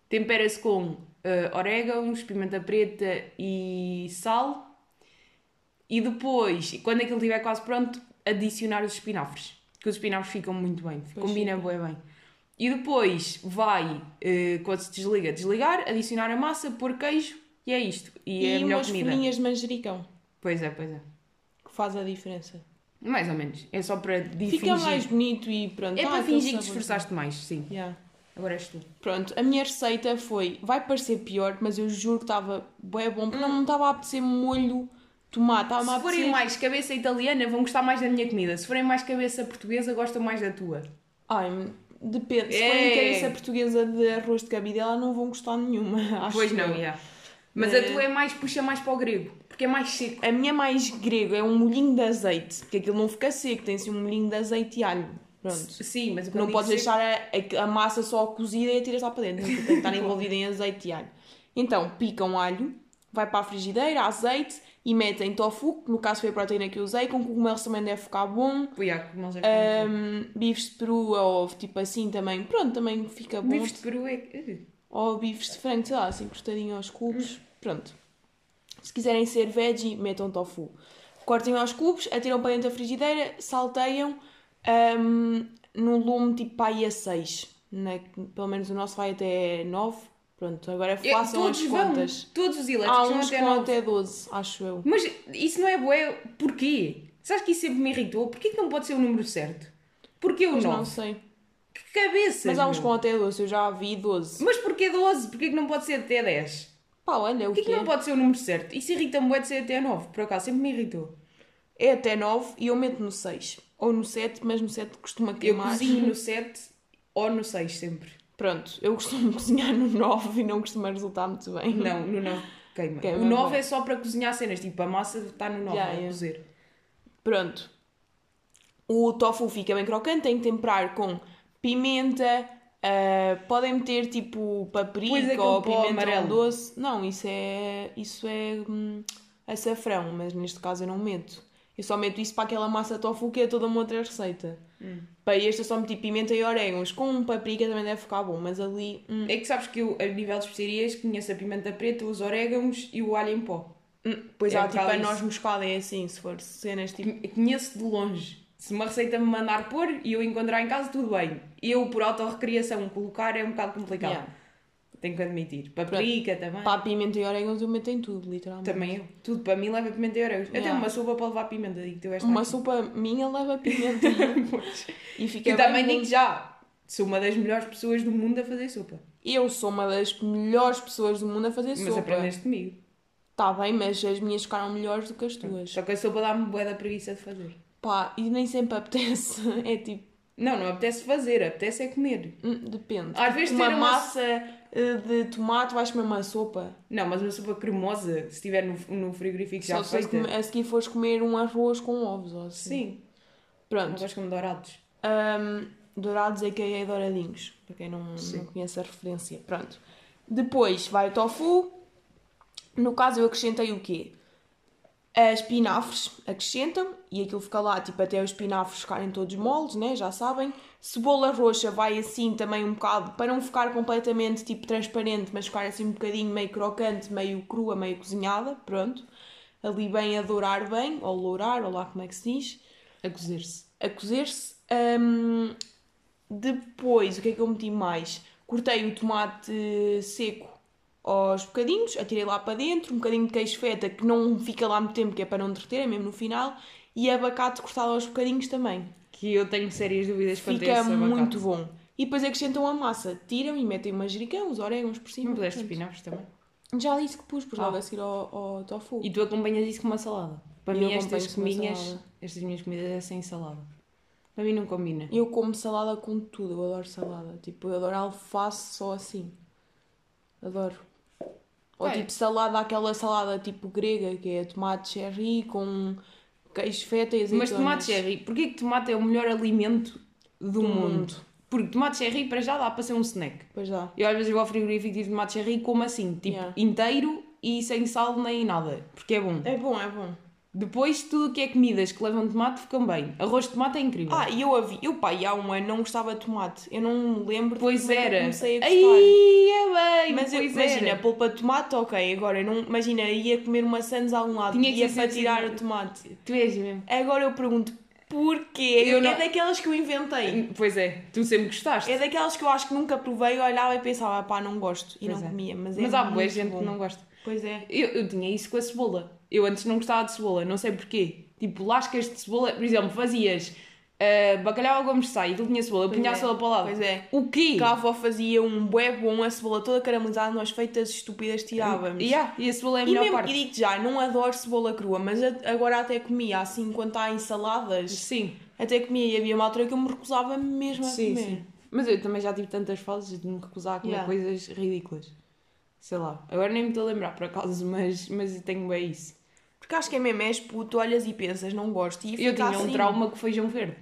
Speaker 2: Tempera-se com eh, orégãos, pimenta preta e sal. E depois, quando aquilo estiver quase pronto, adicionar os espinafres. Que os espinafres ficam muito bem.
Speaker 1: Pois
Speaker 2: combina bué bem. E depois vai, eh, quando se desliga, desligar, adicionar a massa, pôr queijo e é isto. E, é a
Speaker 1: E
Speaker 2: melhor
Speaker 1: umas
Speaker 2: comida.
Speaker 1: folhinhas de manjericão,
Speaker 2: Pois é, pois é.
Speaker 1: que faz a diferença.
Speaker 2: Mais ou menos. É só para fingir.
Speaker 1: Fica mais bonito e pronto.
Speaker 2: É
Speaker 1: ah,
Speaker 2: para
Speaker 1: aquele
Speaker 2: fingir que
Speaker 1: sabor.
Speaker 2: esforçaste mais, sim.
Speaker 1: Yeah.
Speaker 2: Agora és tu.
Speaker 1: Pronto, a minha receita foi, vai parecer pior, mas eu juro que estava bem bom, porque não me estava a apetecer molho de tomate, estava-me a
Speaker 2: Hum. Se forem
Speaker 1: apetecer...
Speaker 2: mais cabeça italiana, vão gostar mais da minha comida. Se forem mais cabeça portuguesa, gostam mais da tua.
Speaker 1: Ai, depende, se
Speaker 2: É.
Speaker 1: forem cabeça portuguesa de arroz de cabidela não vão gostar nenhuma, [laughs] acho
Speaker 2: pois não,
Speaker 1: eu.
Speaker 2: yeah. Mas
Speaker 1: É.
Speaker 2: a tua é mais, puxa mais para o grego, porque é mais seco.
Speaker 1: A minha é mais grego, é um molhinho de azeite, porque aquilo não fica seco, tem-se um molhinho de azeite e alho, pronto.
Speaker 2: Sim, mas o que eu
Speaker 1: Não
Speaker 2: digo
Speaker 1: podes
Speaker 2: seco-
Speaker 1: deixar a, a- a massa só cozida e atiras lá para dentro. é? Tem que estar envolvida em azeite e alho. Então, pica um alho, vai para a frigideira, azeite e metem tofu, que no caso foi a proteína que eu usei, com cogumelos também deve ficar bom.
Speaker 2: Yeah, que
Speaker 1: Eh,
Speaker 2: nós é que temos.
Speaker 1: Ahm, bifes de peru ou tipo assim também, pronto, também fica bom.
Speaker 2: Bifes de peru é. que-
Speaker 1: Ou bifes de frango, sei lá, assim cortadinho aos cubos, pronto. Se quiserem ser veggie, metam tofu. Cortem aos cubos, atiram para dentro da frigideira, salteiam ahm, num lume tipo pai a 6. Né? Pelo menos o nosso vai até 9. Pronto, agora
Speaker 2: É,
Speaker 1: façam as
Speaker 2: todos vão,
Speaker 1: contas.
Speaker 2: Todos os
Speaker 1: Há
Speaker 2: elétricos vão
Speaker 1: uns que
Speaker 2: até
Speaker 1: vão
Speaker 2: nove.
Speaker 1: até 12, acho eu.
Speaker 2: Mas isso não é bué, porquê? Sabes que isso sempre me irritou? Porquê que não pode ser o número certo? Porquê o
Speaker 1: Mas não
Speaker 2: 9?
Speaker 1: sei.
Speaker 2: Que cabeça!
Speaker 1: Mas há uns com até 12, eu já vi 12.
Speaker 2: Mas porquê 12? Porquê que não pode ser até 10?
Speaker 1: Pá, olha, o
Speaker 2: Porquê
Speaker 1: que
Speaker 2: que não
Speaker 1: é?
Speaker 2: pode ser o número certo? Isso irrita-me bué de ser até 9, por acaso, sempre me irritou.
Speaker 1: É até 9 e eu meto no 6. Ou no 7, mas no 7 costuma
Speaker 2: Eu
Speaker 1: queimar. [laughs]
Speaker 2: cozinho no 7 ou no 6 sempre.
Speaker 1: Pronto, eu costumo [laughs] cozinhar no 9 e não costuma resultar muito bem. né?
Speaker 2: Não, no 9 queima.
Speaker 1: Queima,
Speaker 2: o 9
Speaker 1: bom.
Speaker 2: é só para cozinhar cenas, tipo a massa está no 9
Speaker 1: Já,
Speaker 2: a
Speaker 1: é.
Speaker 2: cozer.
Speaker 1: Pronto. O tofu fica bem crocante, tem que temperar com pimenta, ah, podem meter tipo
Speaker 2: Pois,
Speaker 1: paprika
Speaker 2: aquele
Speaker 1: ou
Speaker 2: pó
Speaker 1: pimentão
Speaker 2: amarelo.
Speaker 1: doce. Não, isso é, isso é hum, açafrão, mas neste caso eu não meto. Eu só meto isso para aquela massa tofu que é toda uma outra receita.
Speaker 2: Hum.
Speaker 1: Para este eu só meti pimenta e orégãos. Com paprika também deve ficar bom, mas ali... hum,
Speaker 2: É que sabes que eu, a nível de especiarias, conheço a pimenta preta, os orégãos e o alho em pó.
Speaker 1: hum, pois
Speaker 2: É um
Speaker 1: há tipo a
Speaker 2: bocado
Speaker 1: noz
Speaker 2: isso.
Speaker 1: moscada, é assim, se for cenas tipo...
Speaker 2: Con- Conheço de longe. Se uma receita me mandar pôr e eu encontrar em casa, tudo bem. Eu, por autorrecriação, colocar é um bocado complicado.
Speaker 1: Yeah.
Speaker 2: Tenho que admitir. Paprika também.
Speaker 1: Pá, pimenta e orégãos eu meto em tudo, literalmente.
Speaker 2: Também eu. Tudo para mim leva pimenta e orégãos. Até
Speaker 1: Yeah.
Speaker 2: uma sopa para levar pimenta, digo tu esta.
Speaker 1: Uma é sopa minha leva pimenta
Speaker 2: [laughs]
Speaker 1: e- e fica
Speaker 2: E
Speaker 1: bem
Speaker 2: também
Speaker 1: bom.
Speaker 2: digo já, sou uma das melhores pessoas do mundo a fazer sopa.
Speaker 1: Eu sou uma das melhores pessoas do mundo a fazer
Speaker 2: Mas
Speaker 1: sopa.
Speaker 2: aprendeste comigo.
Speaker 1: Tá bem, mas as minhas ficaram melhores do que as tuas.
Speaker 2: Só que a sopa dá-me bué da preguiça de fazer.
Speaker 1: Pá, e nem sempre apetece. [laughs] É tipo,
Speaker 2: Não, não apetece fazer, apetece é comer.
Speaker 1: hum, depende.
Speaker 2: Às vezes
Speaker 1: uma
Speaker 2: ter uma-
Speaker 1: massa eh, de tomate vais comer uma sopa.
Speaker 2: Não, mas uma sopa cremosa, se estiver no, no frigorífico já
Speaker 1: Só se
Speaker 2: feita.
Speaker 1: fores comer- a seguir fores comer um arroz com ovos ou assim.
Speaker 2: Sim, não
Speaker 1: Pronto.
Speaker 2: gosto como dourados.
Speaker 1: Hum, dourados é que é douradinhos, para quem não, não conhece a referência. Pronto. Depois vai o tofu. No caso eu acrescentei o quê? As espinafres acrescentam e aquilo fica lá, tipo, até os espinafres ficarem todos moles, né? Já sabem. Cebola roxa vai assim também um bocado, para não ficar completamente, tipo, transparente, mas ficar assim um bocadinho meio crocante, meio crua, meio cozinhada, pronto. Ali bem a dourar bem, ou lourar, ou lá como é que se diz
Speaker 2: A cozer-se.
Speaker 1: a cozer-se. Hum, depois, o que é que eu meti mais? Cortei o tomate seco aos bocadinhos, atirei lá para dentro, um bocadinho de queijo feta que não fica lá muito tempo, que é para não derreter, é mesmo no final, e abacate cortado aos bocadinhos também.
Speaker 2: Que eu tenho sérias dúvidas quanto a
Speaker 1: Fica
Speaker 2: esse abacate.
Speaker 1: muito bom. E depois acrescentam a massa, tiram e metem o manjericão, os orégãos por cima.
Speaker 2: Não puseste
Speaker 1: Pronto.
Speaker 2: espinafres também.
Speaker 1: Já disse que pus, pus logo
Speaker 2: Ah.
Speaker 1: a seguir ao, ao tofu.
Speaker 2: E tu acompanhas isso com uma salada. Para
Speaker 1: Eu
Speaker 2: mim
Speaker 1: acompanho
Speaker 2: estas
Speaker 1: com uma
Speaker 2: cominhas,
Speaker 1: salada.
Speaker 2: estas minhas comidas é sem salada. Para mim não combina.
Speaker 1: Eu como salada com tudo, eu adoro salada. Tipo, eu adoro alface só assim. Adoro. Ou
Speaker 2: Bem.
Speaker 1: tipo salada, aquela salada tipo grega, que é tomate cherry com queijo feta e azeitonas.
Speaker 2: Mas tomate cherry, porquê que tomate é o melhor alimento do, mundo? Porque tomate cherry para já dá para ser um snack.
Speaker 1: Pois dá.
Speaker 2: Eu às vezes vou ao frigorífico e digo tomate cherry como assim? Tipo,
Speaker 1: Yeah.
Speaker 2: inteiro e sem sal nem nada, porque é bom.
Speaker 1: É bom, é bom.
Speaker 2: Depois tudo o que é comidas que levam tomate ficam bem. Arroz de tomate é incrível.
Speaker 1: Ah, e eu a vi. Eu, pá, e há um ano não gostava de tomate. Eu não me lembro de
Speaker 2: pois
Speaker 1: como é que eu
Speaker 2: era.
Speaker 1: comecei a gostar.
Speaker 2: Aí é bem,
Speaker 1: Mas eu,
Speaker 2: pois
Speaker 1: imagina,
Speaker 2: era.
Speaker 1: polpa de tomate, ok. Agora, eu não, imagina, ia comer uma sandes a algum lado.
Speaker 2: Tinha que
Speaker 1: ia
Speaker 2: ser
Speaker 1: para
Speaker 2: sem
Speaker 1: tirar
Speaker 2: sentido.
Speaker 1: o tomate.
Speaker 2: Tu és mesmo.
Speaker 1: Agora eu pergunto, porquê?
Speaker 2: Eu não-
Speaker 1: É daquelas que eu inventei.
Speaker 2: Pois é, tu sempre gostaste.
Speaker 1: É daquelas que eu acho que nunca provei, olhava e pensava, "Ah, pá, não gosto. E
Speaker 2: Pois
Speaker 1: não
Speaker 2: é.
Speaker 1: comia, mas é
Speaker 2: Mas há boa
Speaker 1: muito
Speaker 2: gente
Speaker 1: bom.
Speaker 2: que não gosta.
Speaker 1: Pois é.
Speaker 2: Eu, eu tinha isso com a cebola. Eu antes não gostava de cebola, não sei porquê. Tipo, lascas de cebola, por exemplo, fazias ah, bacalhau ao gomes de sai e tu tinha cebola, eu
Speaker 1: Pois
Speaker 2: punha a
Speaker 1: é.
Speaker 2: cebola para o lado.
Speaker 1: Pois é.
Speaker 2: O quê?
Speaker 1: Que a avó fazia um bué bom, a cebola toda caramelizada, nós feitas estúpidas tirávamos.
Speaker 2: Yeah, e a cebola é a
Speaker 1: E
Speaker 2: melhor
Speaker 1: mesmo, e
Speaker 2: parte.
Speaker 1: digo já, não adoro cebola crua, mas a- agora até comia, assim, quando está em saladas,
Speaker 2: Sim,
Speaker 1: até comia e havia uma altura que eu me recusava mesmo a
Speaker 2: sim,
Speaker 1: é comer.
Speaker 2: sim. Mas eu também já tive tantas fases de me recusar a comer
Speaker 1: Yeah.
Speaker 2: coisas ridículas. Sei lá, agora nem me estou a lembrar por acaso, mas, mas eu tenho bem isso.
Speaker 1: Porque acho que é mesmo, és puto, olhas e pensas, não gosto. E
Speaker 2: Eu
Speaker 1: fica
Speaker 2: tinha um
Speaker 1: assim.
Speaker 2: trauma com feijão verde.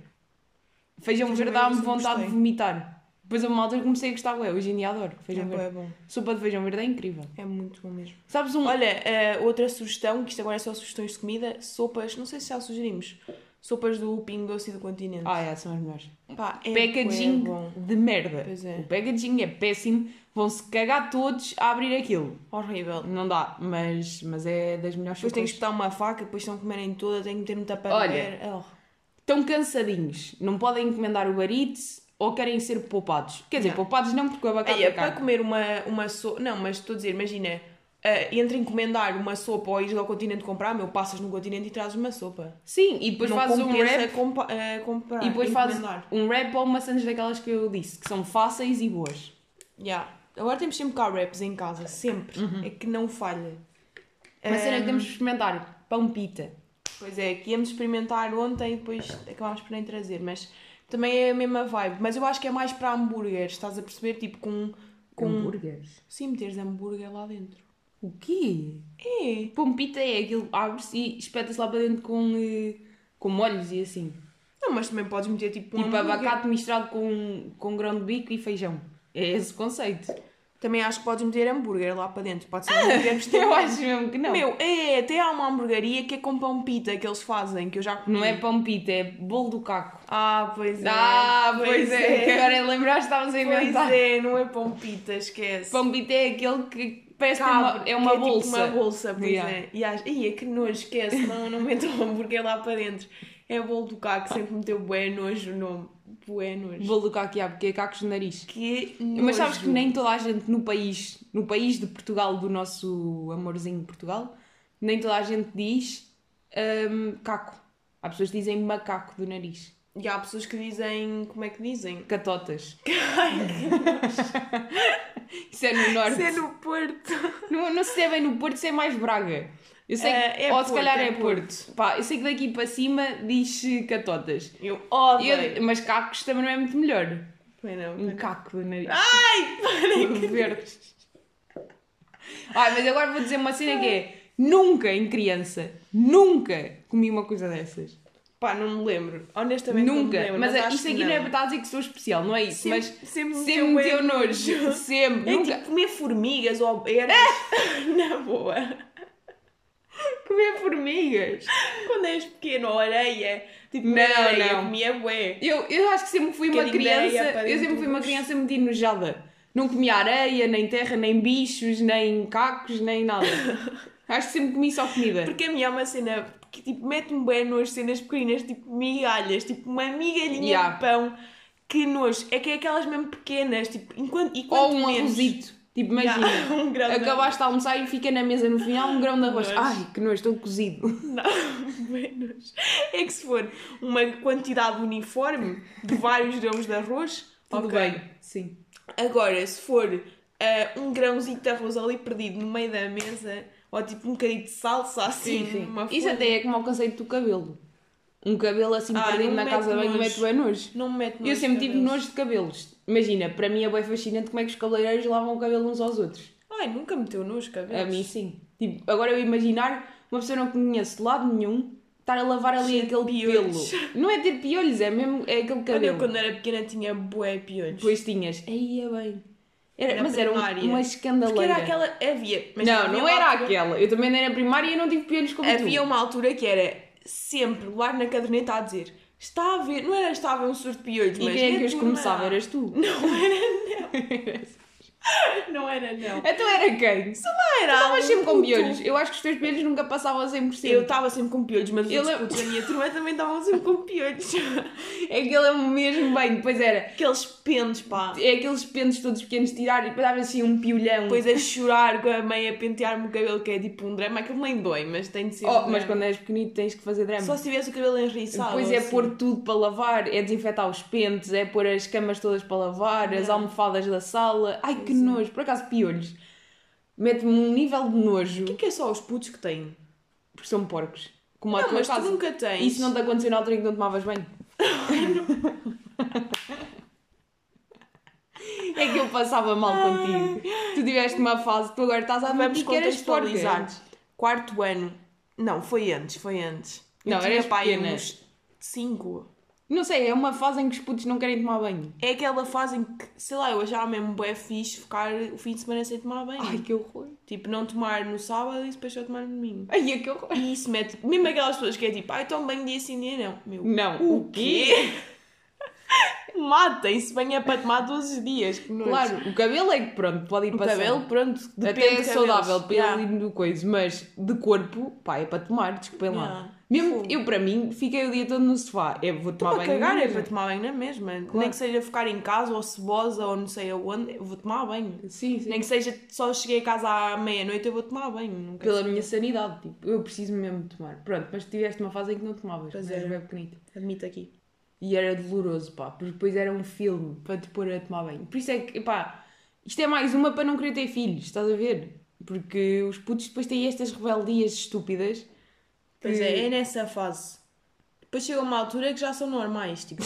Speaker 1: Feijão
Speaker 2: Feijão, verde
Speaker 1: verde
Speaker 2: dava-me
Speaker 1: eu sempre
Speaker 2: vontade de
Speaker 1: gostei.
Speaker 2: vomitar. Depois a malta comecei a gostar, ué, hoje em dia adoro feijão
Speaker 1: É
Speaker 2: verde.
Speaker 1: bué bom,
Speaker 2: Sopa de feijão verde é incrível.
Speaker 1: é muito bom mesmo.
Speaker 2: Sabes um.
Speaker 1: Olha, eh, outra sugestão, que isto agora é só sugestões de comida, sopas, não sei se já sugerimos, sopas do Pingo Doce e do Continente.
Speaker 2: Ah, é, são as melhores.
Speaker 1: Pá, é
Speaker 2: packaging
Speaker 1: bué bom.
Speaker 2: de merda.
Speaker 1: Pois é.
Speaker 2: O packaging é péssimo. Vão-se cagar todos a abrir aquilo.
Speaker 1: Horrível.
Speaker 2: Não dá, mas, mas é das melhores
Speaker 1: Depois tenho
Speaker 2: coisas.
Speaker 1: que espetar uma faca, depois estão a comerem toda, tenho que ter muita para
Speaker 2: Olha. Estão cansadinhos. Não podem encomendar o barite ou querem ser poupados. Quer dizer,
Speaker 1: Não.
Speaker 2: poupados não, porque o abacate
Speaker 1: Aí,
Speaker 2: é
Speaker 1: é para
Speaker 2: caro.
Speaker 1: comer uma, uma sopa. Não, mas estou a dizer, imagina, eh, entre encomendar uma sopa ou ir ao continente comprar, meu, passas no continente e trazes uma sopa.
Speaker 2: Sim, e depois
Speaker 1: não
Speaker 2: fazes um
Speaker 1: compensa
Speaker 2: wrap.
Speaker 1: compa- eh, comprar,
Speaker 2: E depois fazes
Speaker 1: encomendar.
Speaker 2: um wrap ou maçãs daquelas que eu disse, que são fáceis e boas.
Speaker 1: Yeah. Agora temos sempre cá wraps em casa, sempre.
Speaker 2: Uhum.
Speaker 1: É que não falha.
Speaker 2: Uma cena que
Speaker 1: Ahm,
Speaker 2: temos de experimentar, pão pita.
Speaker 1: Pois é, que íamos experimentar ontem e depois acabámos por nem trazer, mas também é a mesma vibe. Mas eu acho que é mais para hambúrgueres, estás a perceber? Tipo com. com...
Speaker 2: hambúrgueres.
Speaker 1: Sim, meteres hambúrguer lá dentro.
Speaker 2: O quê?
Speaker 1: É!
Speaker 2: Pão pita é aquilo, abre-se e espeta-se lá para dentro com, eh, com molhos e assim.
Speaker 1: Não, mas também podes meter tipo um
Speaker 2: Tipo
Speaker 1: hambúrguer.
Speaker 2: abacate misturado com, com grão de bico e feijão. É esse o conceito.
Speaker 1: Também acho que podes meter hambúrguer lá para dentro.
Speaker 2: [laughs]
Speaker 1: Pode ser um hambúrguer
Speaker 2: Eu
Speaker 1: vegetariano.
Speaker 2: acho mesmo que não.
Speaker 1: Meu, é, até há uma hambúrgueria que é com pão pita que eles fazem, que eu já comi.
Speaker 2: Não é pão pita, é bolo do caco.
Speaker 1: Ah, pois é.
Speaker 2: Ah, pois, é. Agora lembraste, estavas a
Speaker 1: Pois
Speaker 2: inventar.
Speaker 1: é, não é pão pita, esquece.
Speaker 2: Pão pita é aquele que parece
Speaker 1: Cabe,
Speaker 2: que é uma,
Speaker 1: que
Speaker 2: é uma
Speaker 1: é tipo
Speaker 2: bolsa.
Speaker 1: uma bolsa, pois
Speaker 2: Yeah.
Speaker 1: é. E acho, ia que nojo, esquece, não, não meto o hambúrguer lá para dentro. É bolo do caco, sempre meteu bué nojo o nome. Bué nojo.
Speaker 2: Bolo do caco, yeah, porque é cacos de nariz.
Speaker 1: Que
Speaker 2: Mas sabes que
Speaker 1: nojo.
Speaker 2: nem toda a gente no país, no país de Portugal, do nosso amorzinho Portugal, nem toda a gente diz hum, caco. Há pessoas que dizem macaco do nariz.
Speaker 1: E há pessoas que dizem, como é que dizem? [laughs]
Speaker 2: Catotas. Isso é no norte.
Speaker 1: Isso é no Porto.
Speaker 2: Não, não se é bem no Porto, isso é mais Braga. Eu sei
Speaker 1: É-
Speaker 2: que,
Speaker 1: é
Speaker 2: ou se
Speaker 1: Porto,
Speaker 2: calhar é,
Speaker 1: é
Speaker 2: Porto. Pá, eu sei que daqui para cima diz-se catotas.
Speaker 1: Eu
Speaker 2: E
Speaker 1: odeio.
Speaker 2: eu- mas cacos também não é muito melhor.
Speaker 1: Pois não,
Speaker 2: Um caco do
Speaker 1: Ah,
Speaker 2: nariz.
Speaker 1: Ai, para que...
Speaker 2: verdes. Ai, mas agora vou dizer uma cena que é: nunca em criança, nunca comi uma coisa dessas.
Speaker 1: Pá, não me lembro. Honestamente não me
Speaker 2: nunca.
Speaker 1: lembro.
Speaker 2: mas
Speaker 1: Mas,
Speaker 2: é-
Speaker 1: acho
Speaker 2: isto
Speaker 1: que
Speaker 2: aqui não é
Speaker 1: não.
Speaker 2: para estar a dizer que sou especial, não é isso?
Speaker 1: Sempre-
Speaker 2: mas
Speaker 1: sempre me
Speaker 2: sempre
Speaker 1: meteu
Speaker 2: me deu
Speaker 1: bem
Speaker 2: nojo.
Speaker 1: nojo.
Speaker 2: Sempre.
Speaker 1: É
Speaker 2: nunca.
Speaker 1: tipo comer formigas ou
Speaker 2: [laughs]
Speaker 1: ervas. Na boa. tipo
Speaker 2: comer formigas.
Speaker 1: Quando és pequeno, ou areia. Tipo,
Speaker 2: Não,
Speaker 1: não, areia,
Speaker 2: não.
Speaker 1: comia bué.
Speaker 2: Eu, eu acho que sempre fui uma
Speaker 1: Bocadinho de areia
Speaker 2: criança.
Speaker 1: para
Speaker 2: Eu
Speaker 1: dentro
Speaker 2: sempre fui uma
Speaker 1: dos-
Speaker 2: criança muito enojada. Não comia areia, nem terra, nem bichos, nem cacos, nem
Speaker 1: [laughs]
Speaker 2: nada. acho que sempre comi só comida.
Speaker 1: Porque a minha é uma cena que tipo, mete-me bem nas cenas pequeninas, tipo migalhas, tipo uma migalhinha
Speaker 2: Yeah.
Speaker 1: de pão. Que nojo. É que é aquelas mesmo pequenas, tipo, enquanto. E quanto
Speaker 2: Ou um
Speaker 1: menos-
Speaker 2: arrozito. Tipo, imagina,
Speaker 1: Yeah, [laughs] um grão de
Speaker 2: acabaste de almoçar e fica na mesa no final um grão de arroz.
Speaker 1: Nojo.
Speaker 2: Ai, que nojo, estou cozido.
Speaker 1: Não, [laughs] menos. É que se for uma quantidade uniforme de vários grãos de arroz,
Speaker 2: [laughs] Tudo
Speaker 1: ok.
Speaker 2: bem, sim.
Speaker 1: Agora, se for ah, um grãozinho de arroz ali perdido no meio da mesa, ou tipo um bocadinho de salsa assim,
Speaker 2: Sim, sim.
Speaker 1: uma
Speaker 2: Isso
Speaker 1: folha,
Speaker 2: até é como o conceito do cabelo. Um cabelo assim
Speaker 1: Ah,
Speaker 2: perdido
Speaker 1: não
Speaker 2: na
Speaker 1: me
Speaker 2: casa
Speaker 1: mete
Speaker 2: bem
Speaker 1: nojo.
Speaker 2: mete bem é nojo.
Speaker 1: não me mete
Speaker 2: Eu
Speaker 1: nojo
Speaker 2: sempre
Speaker 1: de
Speaker 2: tive
Speaker 1: cabelos.
Speaker 2: nojo de cabelos. Imagina, para mim é bem fascinante como é que os cabeleireiros lavam o cabelo uns aos outros.
Speaker 1: Ai, nunca me meteu nojo de cabelos.
Speaker 2: A mim sim. Tipo, agora eu imaginar uma pessoa que não conheço de lado nenhum estar a lavar ali
Speaker 1: Cheio de
Speaker 2: aquele
Speaker 1: piolhos.
Speaker 2: pelo.
Speaker 1: [laughs]
Speaker 2: Não é ter piolhos, é mesmo é aquele
Speaker 1: Olha, eu
Speaker 2: cabelo.
Speaker 1: quando era pequena tinha bué piolhos.
Speaker 2: Depois tinhas. Aí é bem. Era,
Speaker 1: Na
Speaker 2: mas era um-
Speaker 1: primária.
Speaker 2: uma
Speaker 1: Porque
Speaker 2: escandaleira.
Speaker 1: era aquela... Havia... mas
Speaker 2: Não,
Speaker 1: havia
Speaker 2: não
Speaker 1: uma
Speaker 2: era
Speaker 1: altura-
Speaker 2: aquela. Eu também não era primária e não tive piolhos como tu.
Speaker 1: Havia uma altura que era sempre lá na caderneta a dizer está a ver... Não era está a ver um surto de piolhos,
Speaker 2: E
Speaker 1: mas...
Speaker 2: quem é que
Speaker 1: na
Speaker 2: os
Speaker 1: turma
Speaker 2: começava?
Speaker 1: A.
Speaker 2: Eras tu.
Speaker 1: [laughs] Não
Speaker 2: [laughs]
Speaker 1: era não. não era não.
Speaker 2: Então era quem? Tu
Speaker 1: Ah, era
Speaker 2: estavas
Speaker 1: um
Speaker 2: sempre com
Speaker 1: puto.
Speaker 2: piolhos. Eu acho que os teus piolhos nunca passavam a 100%.
Speaker 1: Eu estava sempre com piolhos, mas os
Speaker 2: Eu
Speaker 1: outros
Speaker 2: lembro-
Speaker 1: putos da minha turma também estavam sempre com
Speaker 2: [laughs]
Speaker 1: piolhos.
Speaker 2: É que ele é mesmo bem. Depois era.
Speaker 1: Aqueles pentes, pá.
Speaker 2: É aqueles pentes todos pequenos tirar e depois dava assim um piolhão.
Speaker 1: Depois a chorar com a mãe a pentear-me o cabelo, que é tipo um drama. Aquilo nem dói, mas tem de ser.
Speaker 2: Oh,
Speaker 1: um
Speaker 2: mas
Speaker 1: drama.
Speaker 2: quando és pequenito tens que fazer drama.
Speaker 1: Só se tivesse o cabelo enriçado.
Speaker 2: Depois
Speaker 1: ou
Speaker 2: é
Speaker 1: assim.
Speaker 2: pôr tudo para lavar, é desinfetar os pentes, é pôr as camas todas para lavar, as
Speaker 1: Não.
Speaker 2: almofadas da sala. Ai
Speaker 1: é.
Speaker 2: que nojo, por acaso piolhos. Mete-me um nível de nojo,
Speaker 1: O que é que é só os putos que têm?
Speaker 2: porque são porcos. Como a
Speaker 1: não,
Speaker 2: tua
Speaker 1: mas
Speaker 2: casa.
Speaker 1: tu nunca tens.
Speaker 2: Isso não te aconteceu na altura em que não tomavas banho? é que eu passava mal contigo. Tu tiveste uma fase, tu agora estás a
Speaker 1: Vamos
Speaker 2: admitir que eras
Speaker 1: contextualizar.
Speaker 2: porca.
Speaker 1: Quarto ano. Não, foi antes, foi antes.
Speaker 2: Não,
Speaker 1: tinha,
Speaker 2: eras
Speaker 1: pá, aí
Speaker 2: pequena.
Speaker 1: uns cinco.
Speaker 2: Não sei, é uma fase em que os putos não querem tomar banho.
Speaker 1: É aquela fase em que, sei lá, eu achava mesmo bué fixe ficar o fim de semana sem tomar banho.
Speaker 2: Ai que horror.
Speaker 1: Tipo, não tomar no sábado e depois só tomar no domingo.
Speaker 2: Ai é que horror.
Speaker 1: E isso mete. Mesmo aquelas pessoas que é tipo, ai, tomo banho dia sim, dia não. Meu.
Speaker 2: Não.
Speaker 1: O quê? [laughs] Matem-se, banho é para tomar todos os dias. Que nojo.
Speaker 2: Claro, o cabelo é que pronto, pode ir
Speaker 1: O
Speaker 2: passando.
Speaker 1: cabelo, pronto, depende
Speaker 2: Até é
Speaker 1: de cabelos.
Speaker 2: saudável para
Speaker 1: Yeah.
Speaker 2: ele ir no coisa, mas de corpo, pá, é para tomar, desculpem
Speaker 1: Yeah.
Speaker 2: lá. Mesmo
Speaker 1: Fogo.
Speaker 2: eu, para mim, fiquei o dia todo no sofá. É, vou tomar
Speaker 1: Para
Speaker 2: banho.
Speaker 1: cagar é
Speaker 2: mesmo.
Speaker 1: para tomar banho na mesma. Nem que seja ficar em casa ou cebosa ou não sei aonde, eu vou tomar banho.
Speaker 2: Sim, sim.
Speaker 1: Nem que seja só cheguei a casa à meia-noite, eu vou tomar banho. Nunca
Speaker 2: Pela minha sanidade, tipo, eu preciso mesmo de tomar. Pronto, mas tiveste uma fase em que não tomavas,
Speaker 1: Pois é.
Speaker 2: mas
Speaker 1: era.
Speaker 2: era bem pequenito.
Speaker 1: Admito aqui.
Speaker 2: E era doloroso, pá, porque depois era um filme para te pôr a tomar banho. Por isso é que, pá, isto é mais uma para não querer ter filhos, estás a ver? Porque os putos depois têm estas rebeldias estúpidas.
Speaker 1: Pois
Speaker 2: que-
Speaker 1: é, é nessa fase. Depois chega uma altura que já são normais,
Speaker 2: [laughs]
Speaker 1: tipo.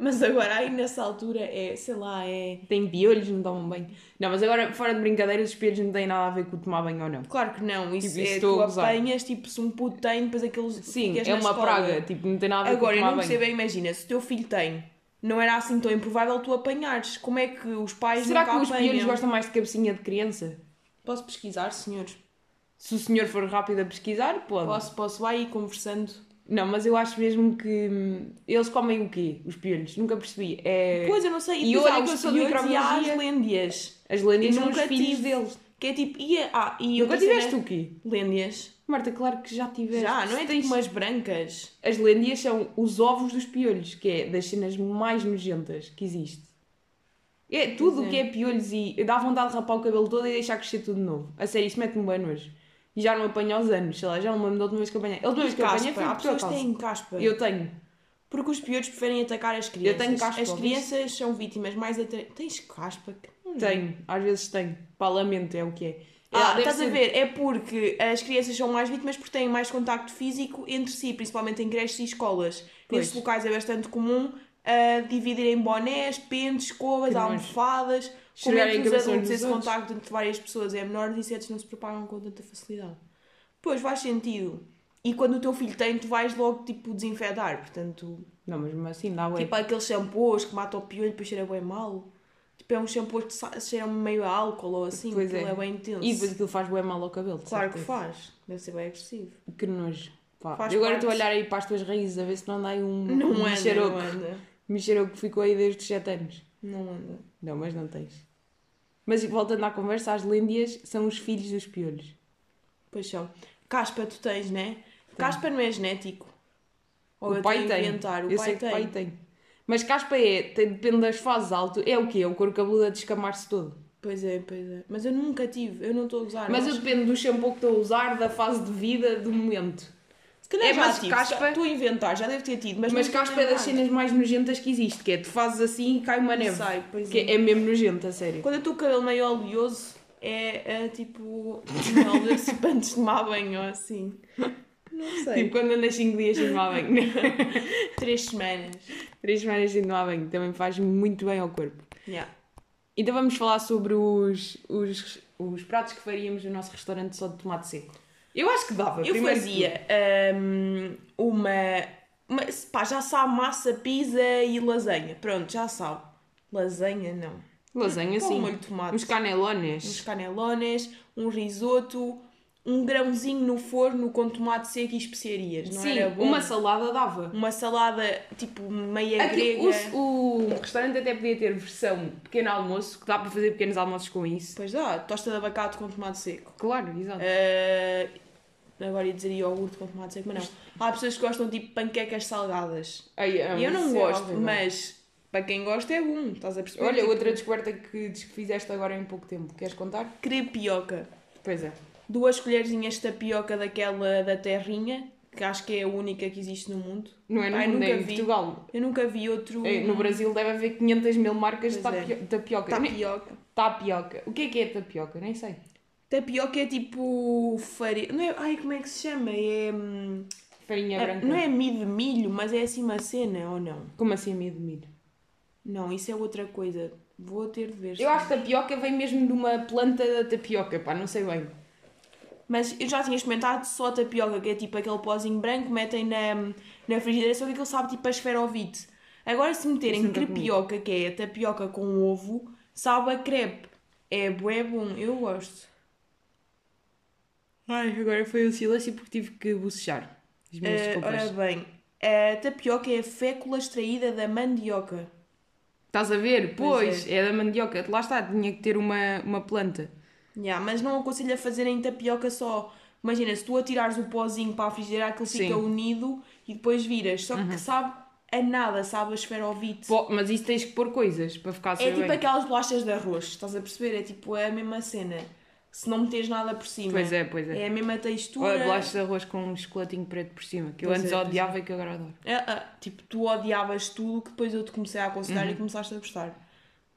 Speaker 1: mas agora aí nessa altura é, sei lá, é.
Speaker 2: Tem piolhos, não tomam banho. Não, mas agora, fora de brincadeiras, os piolhos não têm nada a ver com tomar banho ou não.
Speaker 1: Claro que não, isso,
Speaker 2: Tipo, isso
Speaker 1: é.
Speaker 2: estou
Speaker 1: Tu
Speaker 2: a gozar.
Speaker 1: apanhas, tipo, se um puto tem, depois aqueles.
Speaker 2: Sim,
Speaker 1: ficas
Speaker 2: é
Speaker 1: na
Speaker 2: uma
Speaker 1: escola.
Speaker 2: praga, tipo, não tem nada a ver
Speaker 1: Agora,
Speaker 2: com
Speaker 1: eu não
Speaker 2: tomar banho.
Speaker 1: percebo, é, imagina, se o teu filho tem, não era assim tão improvável tu apanhares. Como é que os pais
Speaker 2: Será que
Speaker 1: nunca
Speaker 2: os piolhos
Speaker 1: apanham?
Speaker 2: gostam mais de cabecinha de criança?
Speaker 1: Posso pesquisar, senhores?
Speaker 2: Se o senhor for rápido a pesquisar, pode.
Speaker 1: Posso, posso, vai aí conversando.
Speaker 2: Não, mas eu acho mesmo que hum, eles comem o quê? Os piolhos? Nunca percebi. É...
Speaker 1: Pois, eu não sei.
Speaker 2: E
Speaker 1: depois
Speaker 2: olha
Speaker 1: há
Speaker 2: que
Speaker 1: os
Speaker 2: eu sou de
Speaker 1: piolhos e há as
Speaker 2: microbiologia.
Speaker 1: lêndias.
Speaker 2: As lêndias
Speaker 1: Eu
Speaker 2: são os
Speaker 1: nunca
Speaker 2: filhos
Speaker 1: tive.
Speaker 2: deles.
Speaker 1: Que é tipo, e a- ah, e
Speaker 2: Nunca
Speaker 1: outra cena- é
Speaker 2: tiveste o quê?
Speaker 1: Lêndias.
Speaker 2: Marta, claro que já tiveste.
Speaker 1: Já, não é
Speaker 2: Se
Speaker 1: tipo umas brancas.
Speaker 2: As lêndias são os ovos dos piolhos, que é das cenas mais nojentas que existe. É tudo o
Speaker 1: é.
Speaker 2: que é piolhos e dá vontade de rapar o cabelo todo e deixar crescer tudo de novo. A sério, isso mete-me bem nojo. E já não apanho aos anos, sei lá, já não me lembro da última vez que apanhei. A última vez é que eu apanhei
Speaker 1: Caspa.
Speaker 2: foi
Speaker 1: Há
Speaker 2: por
Speaker 1: pessoas que
Speaker 2: acaso.
Speaker 1: têm caspa.
Speaker 2: Eu tenho.
Speaker 1: Porque os piolhos preferem atacar as crianças.
Speaker 2: tenho caspa,
Speaker 1: As
Speaker 2: viste?
Speaker 1: crianças são vítimas mais atra... Tens caspa? Que-
Speaker 2: Tenho. Às vezes tenho. Pá, lamento, é o que é.
Speaker 1: Ah,
Speaker 2: deve
Speaker 1: estás a
Speaker 2: ser-
Speaker 1: ver? É porque as crianças são mais vítimas porque têm mais contacto físico entre si, principalmente em creches e escolas.
Speaker 2: Pois.
Speaker 1: Nesses locais é bastante comum ah, dividirem bonés, pentes, escovas,
Speaker 2: Que nojo.
Speaker 1: almofadas. Como
Speaker 2: Chegarem
Speaker 1: é que os
Speaker 2: cabeça uns
Speaker 1: adultos
Speaker 2: nos
Speaker 1: esse
Speaker 2: outros.
Speaker 1: contacto entre várias pessoas é menor, os insetos não se propagam com tanta facilidade. Pois, faz sentido. E quando o teu filho tem, tu vais logo, tipo, desinfetar. Portanto,
Speaker 2: Não, mas mesmo assim dá bué.
Speaker 1: tipo, há aqueles shampoos que matam o piolho depois cheira bem mal. Tipo, é um shampoo que sa- cheira meio a álcool ou assim,
Speaker 2: Pois
Speaker 1: aquilo
Speaker 2: é.
Speaker 1: é bem intenso.
Speaker 2: E depois aquilo faz bué mal ao cabelo. de
Speaker 1: Claro que
Speaker 2: certeza.
Speaker 1: faz. Deve ser bem agressivo.
Speaker 2: Que nojo. Pá,
Speaker 1: Faz
Speaker 2: eu agora
Speaker 1: parte.
Speaker 2: estou a olhar aí para as tuas raízes a ver se não dá aí um,
Speaker 1: Não
Speaker 2: um
Speaker 1: anda,
Speaker 2: mexeroco.
Speaker 1: não é. anda.
Speaker 2: Mexeroco que ficou aí desde os 7 anos.
Speaker 1: Não anda.
Speaker 2: Não, mas não tens. Mas voltando à conversa, as lêndias são os filhos dos piolhos.
Speaker 1: Pois são. Caspa tu tens, né? Caspa não é genético. Ou eu
Speaker 2: o pai
Speaker 1: estou a
Speaker 2: tem.
Speaker 1: inventar. O
Speaker 2: eu
Speaker 1: pai
Speaker 2: sei que
Speaker 1: tem.
Speaker 2: o pai tem. Mas caspa é, tem- depende das fases alto. É o quê? É o couro cabeludo a descamar-se todo.
Speaker 1: Pois é, pois é. Mas eu nunca tive, eu não estou a usar.
Speaker 2: Mas eu dependo do shampoo que estou a usar, da fase de vida, do momento.
Speaker 1: se calhar
Speaker 2: é,
Speaker 1: já
Speaker 2: mas
Speaker 1: tive.
Speaker 2: caspa-
Speaker 1: se calhar- Estou a inventar, já devo ter tido. Mas,
Speaker 2: Mas,
Speaker 1: não
Speaker 2: caspa
Speaker 1: tenho
Speaker 2: é das
Speaker 1: nada.
Speaker 2: cenas mais nojentas que existe, que é tu fazes assim e cai uma neve.
Speaker 1: Sei, pois
Speaker 2: que
Speaker 1: é.
Speaker 2: é. mesmo nojento, a sério.
Speaker 1: Quando eu estou com o cabelo meio oleoso, é, é tipo. Não, [laughs] desse para antes de tomar banho ou assim. Não sei.
Speaker 2: Tipo, quando andas 5 dias sem tomar [laughs] banho.
Speaker 1: Três semanas.
Speaker 2: 3 semanas sem tomar banho, também faz muito bem ao corpo.
Speaker 1: Yeah.
Speaker 2: Então vamos falar sobre os, os, os pratos que faríamos no nosso restaurante só de tomate seco. Eu acho que dava.
Speaker 1: Eu
Speaker 2: primeiro
Speaker 1: fazia hum, uma, uma. Pá, já sabe massa, pizza e lasanha. Pronto, já sabe. Lasanha não.
Speaker 2: que tudo. Lasanha,
Speaker 1: Pô, um
Speaker 2: assim.
Speaker 1: molho de tomate.
Speaker 2: Uns canelones.
Speaker 1: uns canelones, um risoto, um grãozinho no forno com tomate seco e especiarias. Não
Speaker 2: Sim,
Speaker 1: era bom?
Speaker 2: uma salada dava.
Speaker 1: Uma salada tipo meia
Speaker 2: Aqui,
Speaker 1: grega.
Speaker 2: o, o restaurante até podia ter versão pequeno almoço, que dá para fazer pequenos almoços com isso. É.
Speaker 1: Pois dá, tosta de abacate com tomate seco.
Speaker 2: Claro, exato.
Speaker 1: Ah, agora ia dizer iogurte com tomate seco, mas não. Há pessoas que gostam tipo panquecas salgadas.
Speaker 2: Ai, amo,
Speaker 1: E eu não
Speaker 2: isso é
Speaker 1: gosto,
Speaker 2: horrível.
Speaker 1: mas para quem gosta é bom, estás a perceber?
Speaker 2: Olha,
Speaker 1: Tipo,
Speaker 2: outra descoberta que diz que fizeste agora em pouco tempo. Queres contar?
Speaker 1: Crepioca.
Speaker 2: Pois é.
Speaker 1: Duas colherzinhas de tapioca daquela da terrinha, que acho que é a única que existe no mundo.
Speaker 2: Não é no
Speaker 1: Ai,
Speaker 2: mundo,
Speaker 1: nunca
Speaker 2: é em
Speaker 1: vi.
Speaker 2: Portugal.
Speaker 1: Eu nunca vi outro.
Speaker 2: É, No Brasil deve haver 500 mil marcas de
Speaker 1: Pois é.
Speaker 2: tapio- tapioca. Nem-
Speaker 1: Tapioca.
Speaker 2: Tapioca. O que é que é tapioca? Nem sei.
Speaker 1: Tapioca é tipo farinha. Não é... Ai, como é que se chama? É. hum,
Speaker 2: Farinha
Speaker 1: é-
Speaker 2: branca.
Speaker 1: não é milho de milho, mas é assim uma cena ou não?
Speaker 2: Como assim, meio de milho?
Speaker 1: Não, isso é outra coisa. Vou ter de ver.
Speaker 2: Eu acho que tapioca vem mesmo de uma planta da tapioca, pá, não sei bem.
Speaker 1: Mas eu já tinha experimentado só tapioca, que é tipo aquele pozinho branco, metem na, na frigideira, só que aquilo sabe tipo a esferovite. Agora, se
Speaker 2: Isso
Speaker 1: meterem
Speaker 2: nunca comi.
Speaker 1: crepioca, que é tapioca com ovo, sabe a crepe. É bué bom, eu gosto.
Speaker 2: Ai, agora foi o silêncio porque tive que bocejar. As minhas
Speaker 1: Eh,
Speaker 2: desculpas.
Speaker 1: ora bem, a tapioca é a fécula extraída da mandioca.
Speaker 2: Estás a ver?
Speaker 1: Pois
Speaker 2: Pois, é. da mandioca. Lá está, tinha que ter uma, uma planta.
Speaker 1: Yeah, mas não aconselho a fazerem tapioca só. Imagina, se tu atirares o pozinho para a frigideira, aquilo fica
Speaker 2: Sim. Uhum.
Speaker 1: unido e depois viras. Só que sabe a nada, sabe a esferovite.
Speaker 2: Pô, mas isso tens que pôr coisas para ficar
Speaker 1: é
Speaker 2: saber
Speaker 1: tipo
Speaker 2: bem.
Speaker 1: aquelas bolachas de arroz, estás a perceber? É tipo a mesma cena. Se não meteres nada por cima.
Speaker 2: Pois é, pois é.
Speaker 1: É a mesma
Speaker 2: Ou
Speaker 1: textura.
Speaker 2: a bolacha de arroz com um chocolatinho preto por cima, que eu
Speaker 1: Pois
Speaker 2: antes
Speaker 1: é, pois
Speaker 2: odiava e que agora adoro.
Speaker 1: Ah, ah, tipo, tu odiavas tudo que depois eu te comecei a aconselhar
Speaker 2: Uhum.
Speaker 1: e começaste a gostar.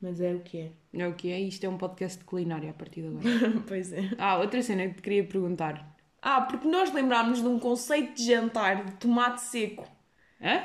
Speaker 1: Mas é o que é. [laughs]
Speaker 2: É o que é, isto é um podcast de culinária a partir de agora. [laughs]
Speaker 1: pois é.
Speaker 2: Ah, outra cena que te queria perguntar.
Speaker 1: Ah, porque nós lembrámos de um conceito de jantar de tomate seco.
Speaker 2: Hã?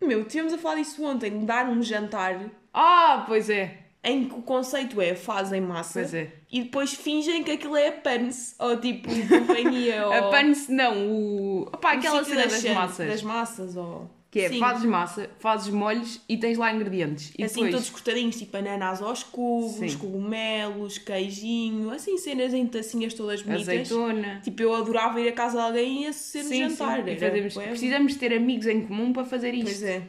Speaker 1: Meu, estivemos a falar disso ontem, de dar um jantar
Speaker 2: Ah, pois é.
Speaker 1: em que o conceito é fazem massa
Speaker 2: Pois é.
Speaker 1: e depois fingem que aquilo é a pance, ou tipo
Speaker 2: [laughs]
Speaker 1: companhia, ou
Speaker 2: A pane, se não, o. Opá,
Speaker 1: um
Speaker 2: aquela
Speaker 1: sítio
Speaker 2: cena
Speaker 1: da
Speaker 2: das
Speaker 1: chan-
Speaker 2: massas.
Speaker 1: Das massas, ou...
Speaker 2: Que é,
Speaker 1: Sim,
Speaker 2: fazes massa, fazes molhos e tens lá ingredientes. E
Speaker 1: assim
Speaker 2: depois...
Speaker 1: todos cortadinhos, tipo ananás aos cubos,
Speaker 2: Sim.
Speaker 1: cogumelos, queijinho, assim cenas em tacinhas todas bonitas.
Speaker 2: azeitona.
Speaker 1: Tipo, eu adorava ir à casa de alguém e esse ser um jantar.
Speaker 2: sim. E
Speaker 1: era
Speaker 2: fazemos-
Speaker 1: bué bom.
Speaker 2: precisamos ter amigos em comum para fazer
Speaker 1: Pois
Speaker 2: isto.
Speaker 1: é.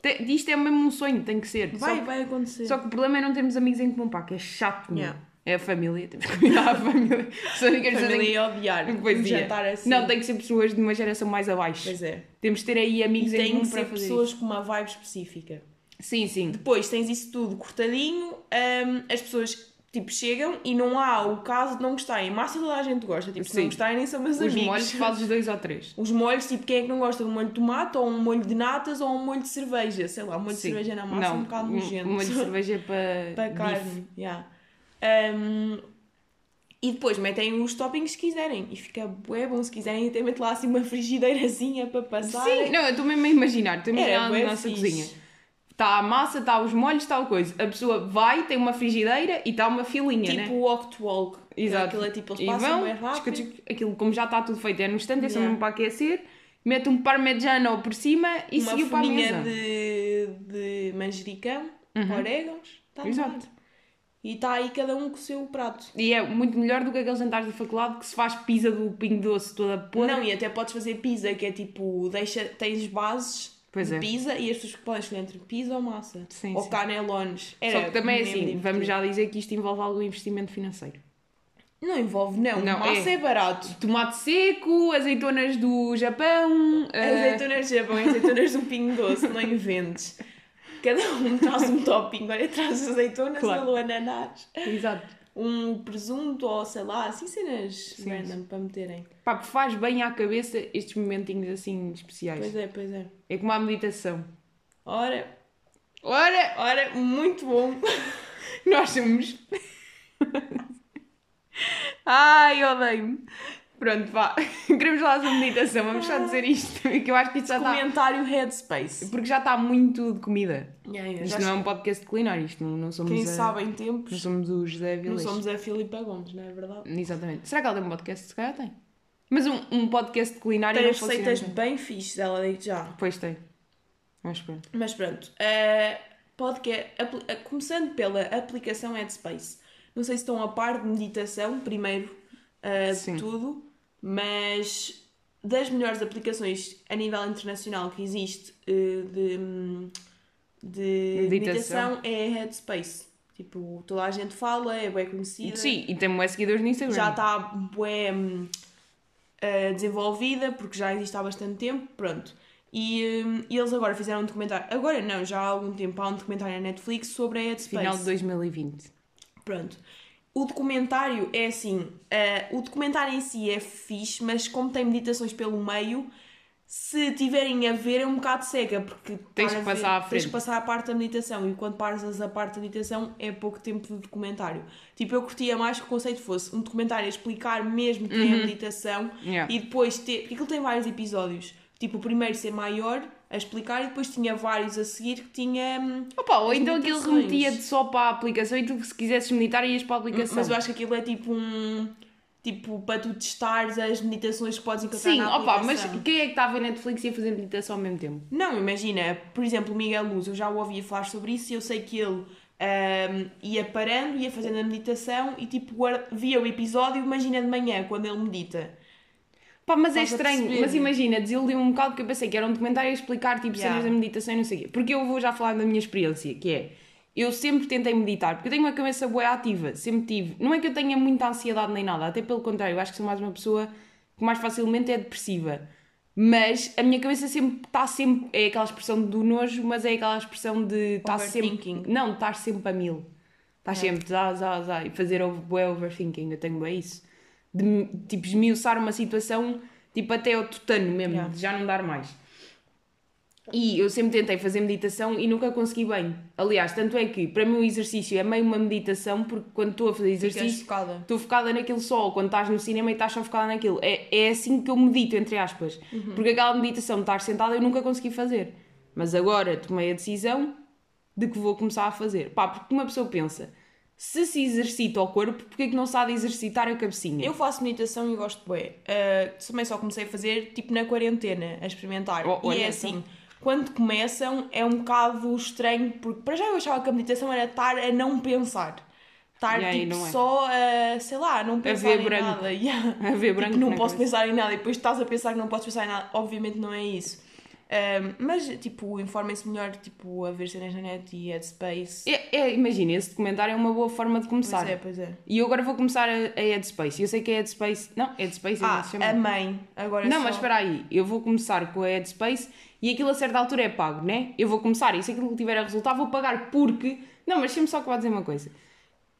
Speaker 2: Te- Isto é mesmo um sonho, tem que ser.
Speaker 1: Vai,
Speaker 2: só, que,
Speaker 1: vai acontecer.
Speaker 2: só que o problema é não termos amigos em comum, pá, que é chato, meu.
Speaker 1: Yeah.
Speaker 2: É a família, temos que cuidar da família. [laughs] Só que
Speaker 1: a família ia odiar
Speaker 2: tem que...
Speaker 1: um
Speaker 2: Pois é.
Speaker 1: jantar assim.
Speaker 2: Não, tem que ser pessoas de uma geração mais abaixo.
Speaker 1: Pois é.
Speaker 2: Temos de ter aí
Speaker 1: E
Speaker 2: amigos em
Speaker 1: tem
Speaker 2: comum
Speaker 1: que
Speaker 2: para
Speaker 1: ser
Speaker 2: fazer
Speaker 1: pessoas com uma vibe específica.
Speaker 2: isto. Sim, sim.
Speaker 1: Depois tens isso tudo cortadinho, hum, as pessoas tipo chegam e não há o caso de não gostarem. Massa toda a gente gosta, tipo, se
Speaker 2: Sim.
Speaker 1: não gostarem nem são meus
Speaker 2: Os
Speaker 1: amigos.
Speaker 2: molhos fazes dois ou três.
Speaker 1: Os molhos, tipo, quem é que não gosta de um molho de tomate ou um molho de natas ou um molho de cerveja? Sei lá, um molho
Speaker 2: Sim.
Speaker 1: de cerveja na massa é um bocado nojento.
Speaker 2: Molho de cerveja para,
Speaker 1: [laughs] para
Speaker 2: bife.
Speaker 1: carne. yeah. Hum, e depois metem os toppings que quiserem e fica bué bom se quiserem até metem lá assim uma frigideirazinha para passar.
Speaker 2: Sim, não, eu estou mesmo a imaginar, estou a imaginar
Speaker 1: bué
Speaker 2: na nossa
Speaker 1: fixe.
Speaker 2: cozinha. Está a massa, está os molhos, está a coisa. A pessoa vai, tem uma frigideira e está uma filinha,
Speaker 1: Tipo
Speaker 2: né?
Speaker 1: o walk to walk.
Speaker 2: Exato.
Speaker 1: Aquilo é tipo, eles
Speaker 2: E
Speaker 1: passam
Speaker 2: vão,
Speaker 1: bem rápido.
Speaker 2: tchuc, tchuc, aquilo como já está tudo feito, é no instante, é só
Speaker 1: Yeah.
Speaker 2: mesmo para aquecer. Mete um parmesano por cima e
Speaker 1: uma
Speaker 2: seguiu para a
Speaker 1: folhinha
Speaker 2: mesa. Uhum.
Speaker 1: de, de manjericão, orégãos, está
Speaker 2: Exato.
Speaker 1: Exato. E está aí cada um com o seu prato.
Speaker 2: E é muito melhor do que aqueles jantares de faculdade que se faz pizza do pinho doce toda podre.
Speaker 1: Não, e até podes fazer pizza, que é tipo, deixa, tens bases
Speaker 2: Pois
Speaker 1: de
Speaker 2: é.
Speaker 1: pizza e as pessoas podem escolher entre pizza ou massa.
Speaker 2: Sim,
Speaker 1: ou
Speaker 2: sim.
Speaker 1: canelones.
Speaker 2: Só que também é
Speaker 1: mesmo
Speaker 2: assim,
Speaker 1: divertido.
Speaker 2: vamos já dizer que isto envolve algum investimento financeiro.
Speaker 1: Não envolve, não.
Speaker 2: Não,
Speaker 1: massa é,
Speaker 2: é.
Speaker 1: barato.
Speaker 2: Tomate seco, azeitonas do Japão. ah,
Speaker 1: um Azeitonas de Japão, azeitonas do Pinho Doce, não inventes. Cada um [laughs] traz um topping. Olha, traz azeitonas,
Speaker 2: Claro.
Speaker 1: claro. ananás,
Speaker 2: Exato.
Speaker 1: um presunto ou sei lá, assim cenas
Speaker 2: Sim.
Speaker 1: random para meterem.
Speaker 2: Pá, que faz bem à cabeça estes momentinhos assim especiais.
Speaker 1: Pois é, pois é.
Speaker 2: É como a meditação.
Speaker 1: Ora, ora, ora, muito bom. [laughs]
Speaker 2: Nós somos. Ai, odeio-me. Pronto, vá. [laughs] Queremos falar sobre meditação. Vamos só dizer isto. Que eu acho que isto já está.
Speaker 1: Comentário Headspace.
Speaker 2: Porque já está muito de comida. Isto não é
Speaker 1: Já-
Speaker 2: um podcast de culinária. Isto não, não somos.
Speaker 1: Quem
Speaker 2: a-
Speaker 1: sabe em tempos,
Speaker 2: Não somos o José
Speaker 1: não
Speaker 2: Vilés.
Speaker 1: somos a Filipa Gomes, não é verdade?
Speaker 2: Exatamente. Será que ela tem um podcast? Se calhar tem. Mas um, um podcast de culinária
Speaker 1: Tem
Speaker 2: não
Speaker 1: as
Speaker 2: funciona.
Speaker 1: receitas bem fixes, ela digo já.
Speaker 2: Pois tem. Mas pronto.
Speaker 1: Mas pronto, eh, podcast, apli- eh, começando pela aplicação Headspace. Não sei se estão a par de meditação, primeiro eh,
Speaker 2: Sim.
Speaker 1: de tudo, mas das melhores aplicações a nível internacional que existe eh, de, hum, de
Speaker 2: Meditação.
Speaker 1: meditação. é a Headspace. Tipo, toda a gente fala, é bem conhecida.
Speaker 2: Sim, e tem mais seguidores no Instagram.
Speaker 1: já está bué, hum, eh, desenvolvida, porque já existe há bastante tempo, pronto. E, hum, e eles agora fizeram um documentário, agora não, já há algum tempo há um documentário na Netflix sobre a Headspace.
Speaker 2: Final de 2020.
Speaker 1: Pronto. O documentário é assim, eh, o documentário em si é fixe, mas como tem meditações pelo meio, se tiverem a ver é um bocado cega, porque
Speaker 2: Tens
Speaker 1: estar
Speaker 2: que
Speaker 1: a ver-
Speaker 2: passar à
Speaker 1: tens
Speaker 2: frente.
Speaker 1: que passar a parte da meditação e quando passas a parte da meditação é pouco tempo de documentário. Tipo, eu curtia mais que o conceito fosse um documentário a explicar mesmo que é a meditação
Speaker 2: Uhum. Yeah.
Speaker 1: e depois ter. Porque aquilo tem vários episódios. Tipo, o primeiro ser maior a explicar e depois tinha vários a seguir que tinha. hum,
Speaker 2: Opa, ou
Speaker 1: As
Speaker 2: então aquilo
Speaker 1: meditações.
Speaker 2: remetia-te só para a aplicação e tu, se quisesses meditar, ias para a aplicação.
Speaker 1: Mas eu acho que aquilo é tipo um. Tipo, para tu testares as meditações que podes encontrar
Speaker 2: Sim,
Speaker 1: na
Speaker 2: opa, mas
Speaker 1: aplicação.
Speaker 2: quem é que estava em Netflix e a fazer meditação ao mesmo tempo?
Speaker 1: Não, imagina, por exemplo, o Miguel Luz, eu já o ouvia falar sobre isso e eu sei que ele ahm, ia parando, ia fazendo a meditação e tipo, guarda- via o episódio, imagina de manhã, quando ele medita.
Speaker 2: Pá, mas é
Speaker 1: Estás a
Speaker 2: estranho,
Speaker 1: perceber?
Speaker 2: mas imagina, desiludiu-me um bocado porque eu pensei que era um documentário a explicar tipo
Speaker 1: Yeah.
Speaker 2: cenas da meditação e não sei o quê. Porque eu vou já falar da minha experiência, que é, eu sempre tentei meditar, porque eu tenho uma cabeça boa ativa, sempre tive. Não é que eu tenha muita ansiedade nem nada, até pelo contrário, eu acho que sou mais uma pessoa que mais facilmente é depressiva. Mas a minha cabeça sempre está sempre, é aquela expressão do nojo, mas é aquela expressão de estar tá sempre,
Speaker 1: Overthinking. É.
Speaker 2: não, de estar sempre a mil. Estás sempre zá, zá, zá, e fazer over, bué overthinking, eu tenho bem isso. De, me- tipo, esmiuçar uma situação, tipo, até ao tutano mesmo,
Speaker 1: Yeah.
Speaker 2: de já não dar mais. E eu sempre tentei fazer meditação e nunca consegui bem. Aliás, tanto é que para mim o exercício é meio uma meditação, porque quando estou a fazer
Speaker 1: Ficas
Speaker 2: exercício,
Speaker 1: focada.
Speaker 2: estou focada naquilo só, ou quando estás no cinema e estás só focada naquilo. É, é assim que eu medito, entre aspas.
Speaker 1: Uhum.
Speaker 2: Porque aquela meditação de estar sentada eu nunca consegui fazer. Mas agora tomei a decisão de que vou começar a fazer. Pá, porque uma pessoa pensa, se se exercita o corpo, porquê que não se há de exercitar a cabecinha?
Speaker 1: Eu faço meditação e gosto bué. Ah, também só comecei a fazer, tipo, na quarentena, a experimentar.
Speaker 2: Oh,
Speaker 1: e
Speaker 2: olha
Speaker 1: é
Speaker 2: só.
Speaker 1: assim, quando começam é um bocado estranho, porque para já eu achava que a meditação era estar a não pensar. Estar,
Speaker 2: Yeah, e
Speaker 1: tipo,
Speaker 2: não é.
Speaker 1: só a, sei lá, a não pensar
Speaker 2: ver
Speaker 1: em
Speaker 2: branco.
Speaker 1: nada. [laughs] Yeah.
Speaker 2: [laughs] A ver branco
Speaker 1: Tipo, não
Speaker 2: na
Speaker 1: posso
Speaker 2: cabeça.
Speaker 1: pensar em nada e depois estás a pensar que não posso pensar em nada. Obviamente não é isso. Ah, mas, tipo, informem-se melhor, tipo, a ver cenas na net e headspace.
Speaker 2: É, é, imagina, esse documentário é uma boa forma de
Speaker 1: Pois
Speaker 2: começar.
Speaker 1: é, pois é.
Speaker 2: E eu agora vou começar a, a Headspace. Eu sei que é Headspace. Não, Headspace é
Speaker 1: Ah,
Speaker 2: ah, se chama.
Speaker 1: a mãe. Agora
Speaker 2: Não,
Speaker 1: só-
Speaker 2: mas espera aí. Eu vou começar com a Headspace e aquilo a certa altura é pago, né? Eu vou começar e se aquilo tiver a resultar, vou pagar porque. Não, mas deixa-me só que vá dizer uma coisa.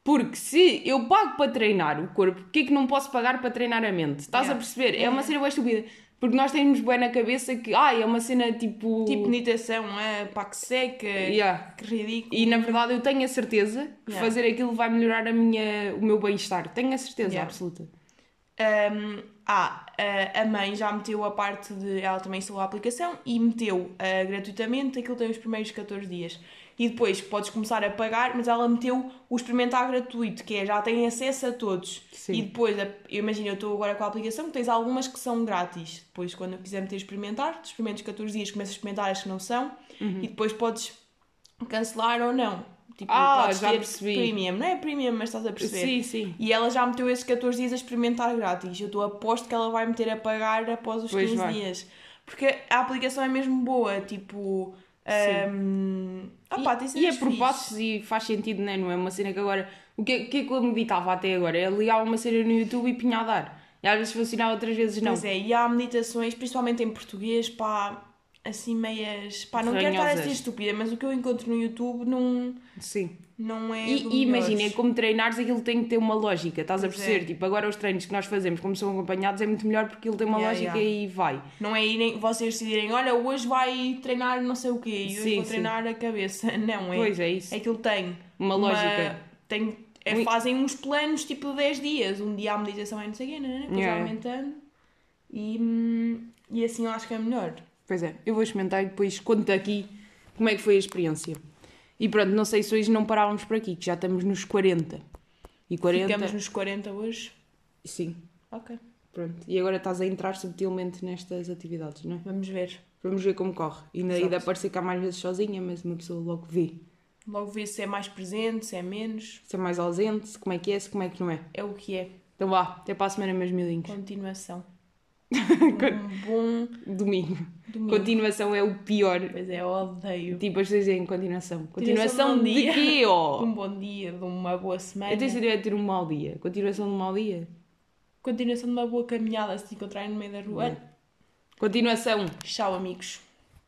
Speaker 2: Porque se eu pago para treinar o corpo, porquê que não posso pagar para treinar a mente? Estás
Speaker 1: Yeah.
Speaker 2: a perceber? É uma
Speaker 1: Yeah.
Speaker 2: cena bem estúpida. Porque nós temos bem na cabeça que, ai, é uma cena tipo.
Speaker 1: Tipo meditação, é pá que seca,
Speaker 2: Yeah.
Speaker 1: que ridículo.
Speaker 2: E na verdade eu tenho a certeza que
Speaker 1: Yeah.
Speaker 2: fazer aquilo vai melhorar a minha, o meu bem-estar. Tenho a certeza
Speaker 1: Yeah.
Speaker 2: absoluta.
Speaker 1: Um, ah, a- a mãe já meteu a parte de. Ela também instalou a aplicação e meteu ah, gratuitamente, aquilo tem os primeiros 14 dias. E depois podes começar a pagar, mas ela meteu o experimentar gratuito, que é já tem acesso a todos.
Speaker 2: Sim.
Speaker 1: E depois, a- eu imagino, eu estou agora com a aplicação, que tens algumas que são grátis. Depois, quando eu quiser meter experimentar, tu experimentas 14 dias, começas a experimentar as que não são
Speaker 2: Uhum.
Speaker 1: e depois podes cancelar ou não. Tipo,
Speaker 2: Ah,
Speaker 1: podes
Speaker 2: já
Speaker 1: ter
Speaker 2: percebi.
Speaker 1: premium, não é premium, mas estás a perceber.
Speaker 2: Sim, sim.
Speaker 1: E ela já meteu esses 14 dias a experimentar grátis. Eu estou aposto que ela vai meter a pagar após os
Speaker 2: Pois
Speaker 1: 15
Speaker 2: vai.
Speaker 1: dias. Porque a aplicação é mesmo boa, tipo.
Speaker 2: Sim.
Speaker 1: hum, ah pá, tem
Speaker 2: e, e é
Speaker 1: cenas
Speaker 2: propósitos e faz sentido, né? não é? Uma cena que agora. O que, é- o que é que eu meditava até agora? Eu ligava uma cena no YouTube e pinha a
Speaker 1: é.
Speaker 2: dar. E às vezes funcionava, outras vezes não.
Speaker 1: Pois é, e há meditações, principalmente em português, pá, assim meias. Pá, não quero estar a ser
Speaker 2: Ranhosas.
Speaker 1: estúpida, mas o que eu encontro no YouTube não,
Speaker 2: Sim.
Speaker 1: não é.
Speaker 2: E,
Speaker 1: do
Speaker 2: e
Speaker 1: melhor.
Speaker 2: imagina, é como treinares, aquilo tem que ter uma lógica, estás a
Speaker 1: Pois é.
Speaker 2: perceber? Tipo, agora os treinos que nós fazemos, como são acompanhados, é muito melhor porque ele tem uma
Speaker 1: Yeah,
Speaker 2: lógica
Speaker 1: yeah.
Speaker 2: e vai.
Speaker 1: Não é irem, vocês decidirem, olha, hoje vai treinar não sei o quê e hoje
Speaker 2: Sim,
Speaker 1: vou
Speaker 2: sim.
Speaker 1: treinar a cabeça. [laughs] Não, é.
Speaker 2: Pois é isso.
Speaker 1: É que ele tem
Speaker 2: Uma lógica.
Speaker 1: Tem, é,
Speaker 2: Muito-
Speaker 1: Fazem uns planos tipo de 10 dias. Um dia a meditação é não sei o quê, né? depois
Speaker 2: Yeah.
Speaker 1: vai aumentando. E, hum, e assim eu acho que é melhor.
Speaker 2: Pois é, eu vou experimentar e depois conto aqui como é que foi a experiência. E pronto, não sei se hoje não parávamos por aqui, que já estamos nos 40. E 40.
Speaker 1: Ficamos nos 40 hoje.
Speaker 2: Sim,
Speaker 1: Ok,
Speaker 2: pronto. E agora estás a entrar subtilmente nestas atividades, não é?
Speaker 1: vamos ver.
Speaker 2: Vamos ver como corre. E ainda
Speaker 1: Exato.
Speaker 2: ainda parecer que há mais vezes sozinha, mas uma pessoa logo vê.
Speaker 1: Logo ver se é mais presente, se é menos.
Speaker 2: Se é mais ausente, se como é que é, se como é que não é.
Speaker 1: É o que é.
Speaker 2: Então vá, até para a semana, meus milinhos. [laughs]
Speaker 1: Continuação. um bom
Speaker 2: Domingo.
Speaker 1: domingo.
Speaker 2: Continuação é o pior.
Speaker 1: Pois é, eu odeio.
Speaker 2: Tipo, as pessoas dizem continuação.
Speaker 1: Continuação de
Speaker 2: Continuação
Speaker 1: um
Speaker 2: de
Speaker 1: dia.
Speaker 2: quê,
Speaker 1: De
Speaker 2: ó?
Speaker 1: um bom dia, de uma boa semana.
Speaker 2: Oh. Eu tenho sentido é ter um mau dia. Continuação de um mau dia.
Speaker 1: assim, Continuação de uma boa caminhada se te encontrarem no meio da rua.
Speaker 2: Continuação.
Speaker 1: Tchau, amigos.